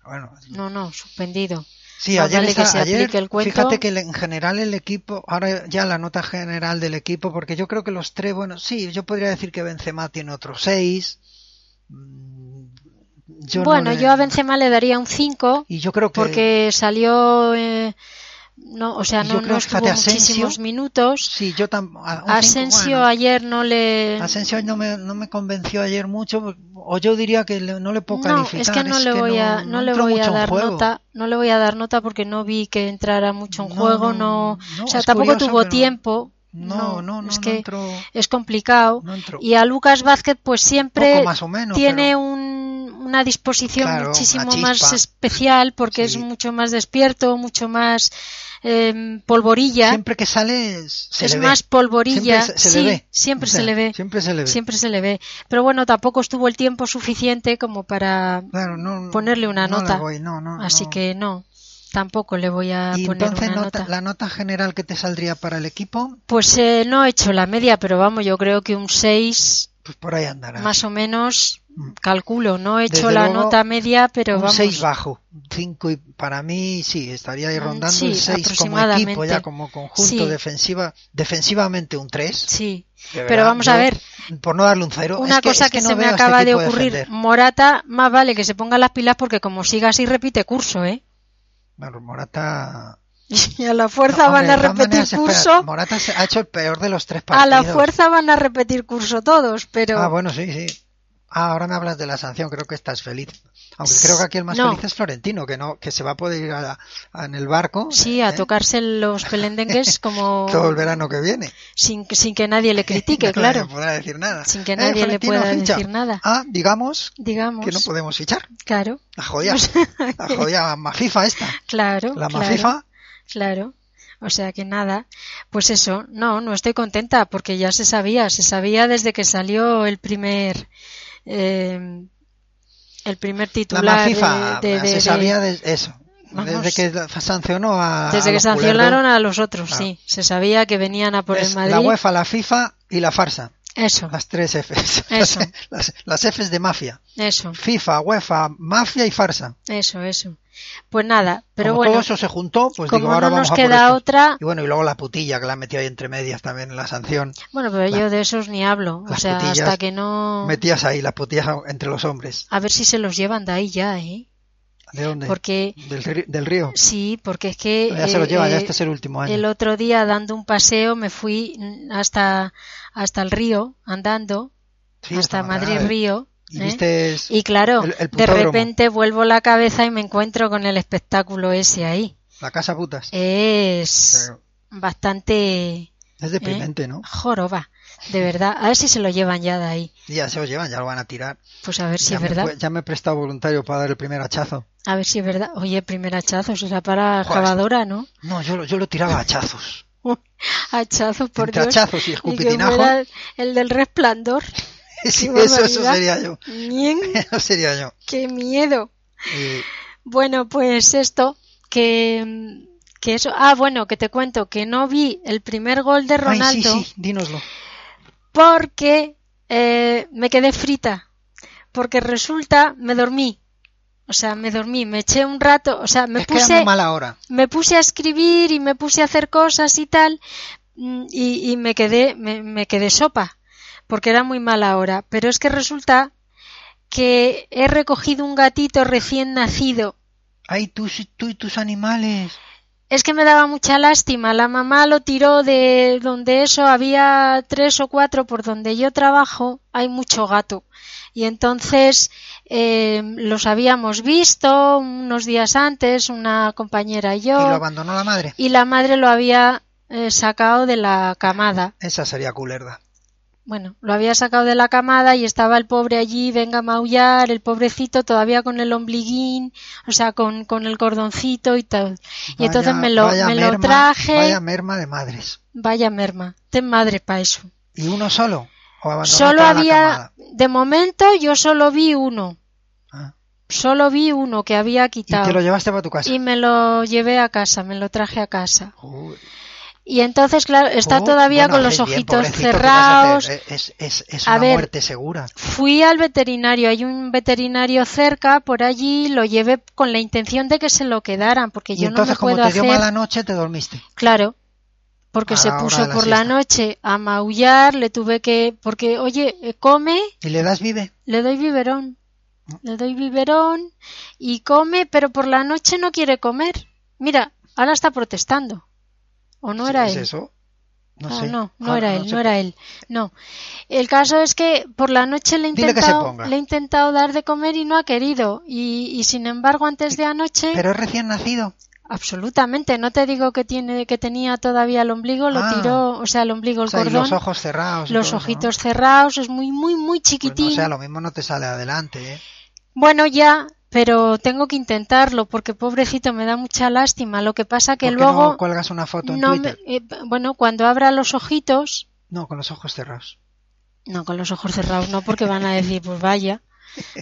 Speaker 2: bueno,
Speaker 3: No, no, suspendido.
Speaker 2: sí,
Speaker 3: más
Speaker 2: ayer,
Speaker 3: vale que
Speaker 2: esa-
Speaker 3: se
Speaker 2: ayer,
Speaker 3: aplique el cuento.
Speaker 2: fíjate que el- en general el equipo, ahora ya la nota general del equipo, porque yo creo que los tres, bueno, sí, yo podría decir que Benzema tiene otros seis. Mm, yo no
Speaker 3: bueno,
Speaker 2: le-
Speaker 3: yo a Benzema le daría un 5
Speaker 2: Y yo creo que
Speaker 3: porque salió eh, no, o sea,
Speaker 2: Y
Speaker 3: no,
Speaker 2: yo creo,
Speaker 3: no estuvo
Speaker 2: fíjate, Asensio-
Speaker 3: muchísimos minutos.
Speaker 2: sí, yo tampoco.
Speaker 3: Asensio ayer no le
Speaker 2: Asensio no me, no me convenció ayer mucho, o yo diría que le- no le puedo
Speaker 3: No,
Speaker 2: calificar.
Speaker 3: es que no le voy a, no le
Speaker 2: entró
Speaker 3: voy a
Speaker 2: mucho en
Speaker 3: dar
Speaker 2: juego.
Speaker 3: nota, no le voy a dar nota porque no vi que entrara mucho en
Speaker 2: No,
Speaker 3: juego,
Speaker 2: no,
Speaker 3: no,
Speaker 2: no,
Speaker 3: o sea,
Speaker 2: es
Speaker 3: tampoco
Speaker 2: curioso,
Speaker 3: tuvo
Speaker 2: pero-
Speaker 3: tiempo,
Speaker 2: No, no, no,
Speaker 3: es
Speaker 2: no
Speaker 3: que
Speaker 2: entró.
Speaker 3: es complicado.
Speaker 2: No entró.
Speaker 3: Y a Lucas Vázquez, pues siempre
Speaker 2: Poco más o menos,
Speaker 3: tiene
Speaker 2: pero-
Speaker 3: un- una disposición
Speaker 2: Claro,
Speaker 3: muchísimo
Speaker 2: una
Speaker 3: más
Speaker 2: chispa.
Speaker 3: especial porque
Speaker 2: Sí.
Speaker 3: es mucho más despierto, mucho más em, polvorilla.
Speaker 2: siempre que sale se
Speaker 3: es
Speaker 2: le ve.
Speaker 3: más polvorilla,
Speaker 2: Siempre se, se
Speaker 3: sí,
Speaker 2: le ve.
Speaker 3: siempre
Speaker 2: O sea,
Speaker 3: se le ve,
Speaker 2: Siempre se le ve.
Speaker 3: siempre se le ve. Pero bueno, tampoco estuvo el tiempo suficiente como para
Speaker 2: Claro, no-
Speaker 3: ponerle una
Speaker 2: no le
Speaker 3: nota.
Speaker 2: voy, no, no,
Speaker 3: Así
Speaker 2: no.
Speaker 3: que no, tampoco le voy a
Speaker 2: Y
Speaker 3: poner
Speaker 2: entonces
Speaker 3: una
Speaker 2: nota-
Speaker 3: nota.
Speaker 2: la nota general que te saldría para el equipo,
Speaker 3: Pues eh, no he hecho la media, pero vamos, yo creo que un 6
Speaker 2: pues por ahí andará.
Speaker 3: más o menos,
Speaker 2: Mm.
Speaker 3: calculo. No he hecho
Speaker 2: Desde
Speaker 3: la
Speaker 2: luego,
Speaker 3: nota media, pero
Speaker 2: un
Speaker 3: vamos.
Speaker 2: 6 bajo, 5 y para mí sí, estaría ahí
Speaker 3: Mm,
Speaker 2: rondando
Speaker 3: sí,
Speaker 2: el 6 como equipo
Speaker 3: aproximadamente.
Speaker 2: ya como conjunto
Speaker 3: Sí.
Speaker 2: defensiva, defensivamente un 3.
Speaker 3: Sí, pero vamos a ver,
Speaker 2: por no darle un 0,
Speaker 3: una cosa que, se me
Speaker 2: este
Speaker 3: acaba de ocurrir, Morata, más vale que se ponga las pilas porque como siga así repite curso, ¿eh?
Speaker 2: Bueno, Morata
Speaker 3: Y a la fuerza
Speaker 2: No, hombre,
Speaker 3: van
Speaker 2: de
Speaker 3: a
Speaker 2: todas
Speaker 3: repetir
Speaker 2: maneras, espera,
Speaker 3: curso,
Speaker 2: Morata se- ha hecho el peor de los tres
Speaker 3: a
Speaker 2: partidos.
Speaker 3: la fuerza van a repetir curso todos, pero
Speaker 2: Ah, bueno, sí, sí. Ah, ahora me hablas de la sanción, creo que estás feliz. Aunque creo que aquí el más
Speaker 3: No.
Speaker 2: feliz es Florentino, que no que se va a poder ir a la- a- en el barco
Speaker 3: sí, a
Speaker 2: ¿eh?
Speaker 3: tocarse los pelendengues como
Speaker 2: todo el verano que viene.
Speaker 3: sin, sin que nadie le critique,
Speaker 2: No
Speaker 3: claro.
Speaker 2: le podrá decir nada.
Speaker 3: Sin que
Speaker 2: Eh,
Speaker 3: nadie le
Speaker 2: Florentino,
Speaker 3: pueda
Speaker 2: ficha.
Speaker 3: decir nada.
Speaker 2: Ah, digamos
Speaker 3: Digamos,
Speaker 2: que no podemos fichar.
Speaker 3: claro,
Speaker 2: La jodida, la jodida mafifa esta.
Speaker 3: Pues, claro,
Speaker 2: La
Speaker 3: claro,
Speaker 2: mafifa,
Speaker 3: claro. O sea que nada, pues eso, no, no estoy contenta porque ya se sabía, se sabía desde que salió el primer, eh, el primer
Speaker 2: la
Speaker 3: titular
Speaker 2: mafifa,
Speaker 3: de- de- de-
Speaker 2: se
Speaker 3: de-
Speaker 2: sabía de eso.
Speaker 3: Vamos.
Speaker 2: Desde que la- sancionó a.
Speaker 3: desde
Speaker 2: a
Speaker 3: que
Speaker 2: los
Speaker 3: sancionaron
Speaker 2: culerdos.
Speaker 3: a los otros,
Speaker 2: Claro.
Speaker 3: sí, se sabía que venían a por
Speaker 2: Es
Speaker 3: el Madrid,
Speaker 2: La UEFA, la FIFA y la farsa.
Speaker 3: eso,
Speaker 2: Las tres Fs.
Speaker 3: Eso.
Speaker 2: Las, las Fs de mafia.
Speaker 3: eso,
Speaker 2: FIFA, UEFA, mafia y farsa.
Speaker 3: eso, eso. Pues nada, pero
Speaker 2: Como
Speaker 3: bueno,
Speaker 2: todo eso se juntó, pues
Speaker 3: como
Speaker 2: digo, ahora
Speaker 3: no
Speaker 2: vamos
Speaker 3: nos
Speaker 2: a por
Speaker 3: queda
Speaker 2: estos.
Speaker 3: otra,
Speaker 2: Y bueno, y luego la putilla que la metió ahí entre medias también en la sanción.
Speaker 3: bueno, pero
Speaker 2: la-
Speaker 3: yo de esos ni hablo, o
Speaker 2: las
Speaker 3: sea,
Speaker 2: putillas
Speaker 3: hasta que no...
Speaker 2: Metías ahí, la putillas entre los hombres.
Speaker 3: A ver si se los llevan de ahí ya, ¿eh?
Speaker 2: ¿De dónde?
Speaker 3: Porque
Speaker 2: Del, ri- del río.
Speaker 3: sí, porque es que
Speaker 2: Ya se lo
Speaker 3: eh,
Speaker 2: lleva, ya
Speaker 3: eh,
Speaker 2: este es el último año.
Speaker 3: el otro día dando un paseo me fui mm, hasta hasta el río andando
Speaker 2: Sí,
Speaker 3: hasta Madrid
Speaker 2: Madrid.
Speaker 3: río
Speaker 2: Y
Speaker 3: ¿eh?
Speaker 2: viste
Speaker 3: y claro,
Speaker 2: el- el
Speaker 3: de
Speaker 2: putódromo.
Speaker 3: repente vuelvo la cabeza y me encuentro con el espectáculo ese ahí.
Speaker 2: la casa putas.
Speaker 3: Es
Speaker 2: Pero
Speaker 3: bastante
Speaker 2: es deprimente, ¿no?
Speaker 3: joroba, de verdad. A ver si se lo llevan ya de ahí.
Speaker 2: Y Ya se lo llevan, ya lo van a tirar.
Speaker 3: Pues a ver si
Speaker 2: ya,
Speaker 3: es
Speaker 2: me,
Speaker 3: verdad.
Speaker 2: fue- ya me he prestado voluntario para dar el primer hachazo.
Speaker 3: A ver si es verdad. Oye, primer hachazo, será para
Speaker 2: Joder.
Speaker 3: acabadora, ¿no?
Speaker 2: No, yo, lo- yo lo tiraba a hachazos.
Speaker 3: Hachazo, por
Speaker 2: Entre
Speaker 3: Dios.
Speaker 2: hachazos y
Speaker 3: Ni que
Speaker 2: escupitinajos.
Speaker 3: fuera el del resplandor.
Speaker 2: Sí,
Speaker 3: qué
Speaker 2: eso, eso
Speaker 3: barbaridad.
Speaker 2: sería yo.
Speaker 3: Ñen,
Speaker 2: Eso sería yo. Eh,
Speaker 3: ¡Qué miedo!
Speaker 2: Y-
Speaker 3: Bueno, pues esto, que, mm, que eso. Ah, bueno, que te cuento que no vi el primer gol de
Speaker 2: Ay,
Speaker 3: Ronaldo
Speaker 2: sí, sí, dínoslo.
Speaker 3: porque eh, me quedé frita. Porque resulta, me dormí. O sea, me dormí, me eché un rato, o sea, me
Speaker 2: es que era
Speaker 3: puse
Speaker 2: muy mala hora.
Speaker 3: me puse a escribir y me puse a hacer cosas y tal mm, y, y me quedé me, me quedé sopa porque era muy mala hora pero es que resulta que he recogido un gatito recién nacido
Speaker 2: Ay, tú, sí- tú y tus animales.
Speaker 3: es que me daba mucha lástima la mamá lo tiró de donde eso había tres o cuatro por donde yo trabajo hay mucho gato y entonces eh, los habíamos visto unos días antes una compañera y yo
Speaker 2: Y lo abandonó la madre.
Speaker 3: y la madre lo había eh, sacado de la camada.
Speaker 2: Esa sería culerda.
Speaker 3: Bueno, lo había sacado de la camada y estaba el pobre allí, venga a maullar, el pobrecito todavía con el ombliguín, o sea, con, con el cordoncito y tal. y entonces
Speaker 2: Vaya-
Speaker 3: me lo,
Speaker 2: vaya
Speaker 3: me lo
Speaker 2: merma-
Speaker 3: traje.
Speaker 2: Vaya merma de madres.
Speaker 3: Vaya merma, ten madre pa' eso.
Speaker 2: ¿Y uno solo? ¿O abandonó
Speaker 3: Solo
Speaker 2: toda la
Speaker 3: había,
Speaker 2: camada?
Speaker 3: de momento yo solo vi uno,
Speaker 2: Ah.
Speaker 3: solo vi uno que había
Speaker 2: Y te
Speaker 3: quitado.
Speaker 2: lo llevaste para tu casa.
Speaker 3: y me lo llevé a casa, me lo traje a casa.
Speaker 2: Uy.
Speaker 3: Y entonces, claro, está
Speaker 2: Oh,
Speaker 3: todavía
Speaker 2: bueno,
Speaker 3: con los
Speaker 2: haces bien,
Speaker 3: ojitos
Speaker 2: pobrecito, ¿qué vas a
Speaker 3: cerrados.
Speaker 2: hacer? Es, es- es
Speaker 3: A
Speaker 2: una
Speaker 3: ver.
Speaker 2: muerte segura.
Speaker 3: Fui al veterinario, hay un veterinario cerca por allí, lo llevé con la intención de que se lo quedaran, porque
Speaker 2: Y
Speaker 3: yo no me
Speaker 2: entonces, como
Speaker 3: puedo
Speaker 2: te dio
Speaker 3: hacer,
Speaker 2: mala noche, te dormiste.
Speaker 3: claro, porque
Speaker 2: a
Speaker 3: se
Speaker 2: la hora
Speaker 3: puso
Speaker 2: de la
Speaker 3: por la
Speaker 2: siesta.
Speaker 3: noche a maullar, le tuve que, porque oye, eh, come,
Speaker 2: ¿Y le das vive?
Speaker 3: le doy biberón, le doy biberón y come, pero por la noche no quiere comer. Mira, ahora está protestando. ¿O no
Speaker 2: Sí,
Speaker 3: era
Speaker 2: ¿Es
Speaker 3: él?
Speaker 2: eso? No
Speaker 3: Ah,
Speaker 2: sé.
Speaker 3: no, no
Speaker 2: Ahora
Speaker 3: era él,
Speaker 2: sé
Speaker 3: no era él. No. El caso es que por la noche le he
Speaker 2: Dile que se
Speaker 3: intentado,
Speaker 2: ponga.
Speaker 3: le he intentado dar de comer y no ha querido. Y, y sin embargo, antes de anoche,
Speaker 2: Pero es recién nacido.
Speaker 3: absolutamente, no te digo que tiene, que tenía todavía el ombligo, lo
Speaker 2: Ah.
Speaker 3: tiró, o sea, el ombligo,
Speaker 2: O
Speaker 3: el
Speaker 2: sea, y
Speaker 3: cordón,
Speaker 2: los ojos cerrados. y
Speaker 3: los
Speaker 2: todo eso, ¿no?
Speaker 3: ojitos cerrados, es muy, muy,
Speaker 2: Pues
Speaker 3: muy
Speaker 2: no,
Speaker 3: chiquitín.
Speaker 2: o sea, lo mismo no te sale adelante, ¿eh?
Speaker 3: Bueno, ya, pero tengo que intentarlo porque pobrecito me da mucha lástima. Lo que pasa que
Speaker 2: ¿Por qué
Speaker 3: luego
Speaker 2: no cuelgas una foto en
Speaker 3: no me-
Speaker 2: Twitter?
Speaker 3: eh, bueno, cuando abra los ojitos,
Speaker 2: No, con los ojos cerrados.
Speaker 3: No, con los ojos cerrados no, porque van a decir, pues vaya.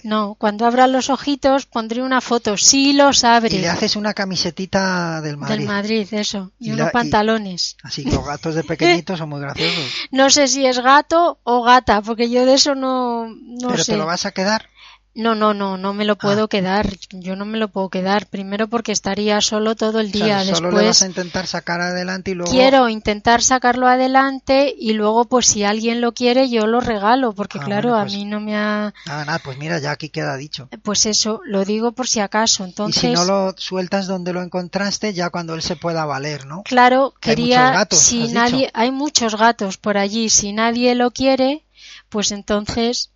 Speaker 3: No, cuando abra los ojitos pondré una foto, si los
Speaker 2: Y le
Speaker 3: abre,
Speaker 2: haces una camisetita del Madrid.
Speaker 3: del Madrid, eso, y,
Speaker 2: Y
Speaker 3: unos
Speaker 2: la- y-
Speaker 3: pantalones.
Speaker 2: Así que los gatos de pequeñitos son muy graciosos.
Speaker 3: No sé si es gato o gata, porque yo de eso no, no
Speaker 2: Pero
Speaker 3: sé.
Speaker 2: te lo vas Ah. a quedar.
Speaker 3: No, no, no, no me lo puedo quedar. Yo no me lo puedo quedar. Primero porque estaría solo todo el
Speaker 2: O sea,
Speaker 3: día.
Speaker 2: solo le vas a
Speaker 3: Después
Speaker 2: intentar sacar adelante y luego...
Speaker 3: quiero intentar sacarlo adelante y luego, pues si alguien lo quiere, yo lo regalo, porque
Speaker 2: Ah,
Speaker 3: claro,
Speaker 2: bueno,
Speaker 3: a
Speaker 2: pues-
Speaker 3: mí no me ha.
Speaker 2: Ah, nada, pues mira, ya aquí queda dicho.
Speaker 3: Pues eso, lo digo por si acaso. Entonces.
Speaker 2: Y si no lo sueltas donde lo encontraste, ya cuando él se pueda valer, ¿no?
Speaker 3: Claro,
Speaker 2: Que hay muchos
Speaker 3: quería,
Speaker 2: gatos,
Speaker 3: si
Speaker 2: has
Speaker 3: nadie,
Speaker 2: dicho.
Speaker 3: hay muchos gatos por allí, si nadie lo quiere, pues entonces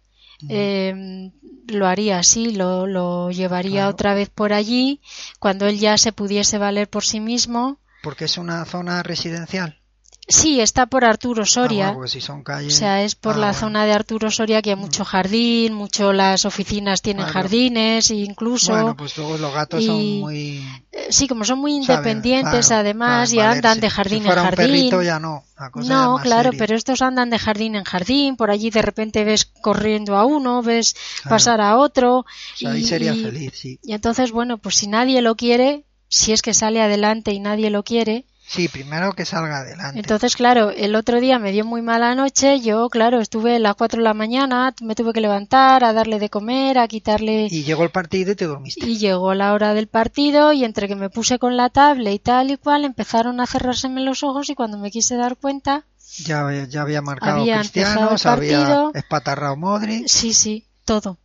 Speaker 3: eh, lo haría así, lo, lo llevaría
Speaker 2: Claro.
Speaker 3: otra vez por allí, cuando él ya se pudiese valer por sí mismo.
Speaker 2: Porque es una zona residencial.
Speaker 3: Sí, está por Arturo
Speaker 2: Ah,
Speaker 3: Soria,
Speaker 2: bueno, porque si son calles...
Speaker 3: o sea, es por
Speaker 2: Ah,
Speaker 3: la
Speaker 2: bueno.
Speaker 3: zona de Arturo Soria que hay mucho jardín, mucho las oficinas tienen
Speaker 2: Claro.
Speaker 3: jardines, e incluso
Speaker 2: Bueno, pues luego los gatos
Speaker 3: y-
Speaker 2: son muy...
Speaker 3: eh, sí, como son muy
Speaker 2: saben,
Speaker 3: independientes,
Speaker 2: claro,
Speaker 3: además,
Speaker 2: saben
Speaker 3: ya
Speaker 2: valerse.
Speaker 3: andan de jardín
Speaker 2: si fuera
Speaker 3: en
Speaker 2: un
Speaker 3: jardín.
Speaker 2: perrito ya no. la cosa ya es
Speaker 3: No,
Speaker 2: más
Speaker 3: claro,
Speaker 2: seria.
Speaker 3: pero estos andan de jardín en jardín, por allí de repente ves corriendo a uno, ves
Speaker 2: Claro.
Speaker 3: pasar a otro.
Speaker 2: O sea, ahí
Speaker 3: y-
Speaker 2: sería
Speaker 3: y-
Speaker 2: feliz, sí.
Speaker 3: Y entonces, bueno, pues si nadie lo quiere, si es que sale adelante y nadie lo quiere,
Speaker 2: Sí, primero que salga adelante.
Speaker 3: entonces, claro, el otro día me dio muy mala noche, yo, claro, estuve a las 4 de la mañana, me tuve que levantar a darle de comer, a quitarle...
Speaker 2: Y llegó el partido y te dormiste.
Speaker 3: Y llegó la hora del partido y entre que me puse con la tablet y tal y cual, empezaron a cerrárseme los ojos y cuando me quise dar cuenta,
Speaker 2: Ya, había- ya había marcado
Speaker 3: Había
Speaker 2: Cristiano,
Speaker 3: empezado el
Speaker 2: se había
Speaker 3: partido.
Speaker 2: espatarrado Modric.
Speaker 3: Sí, sí, todo.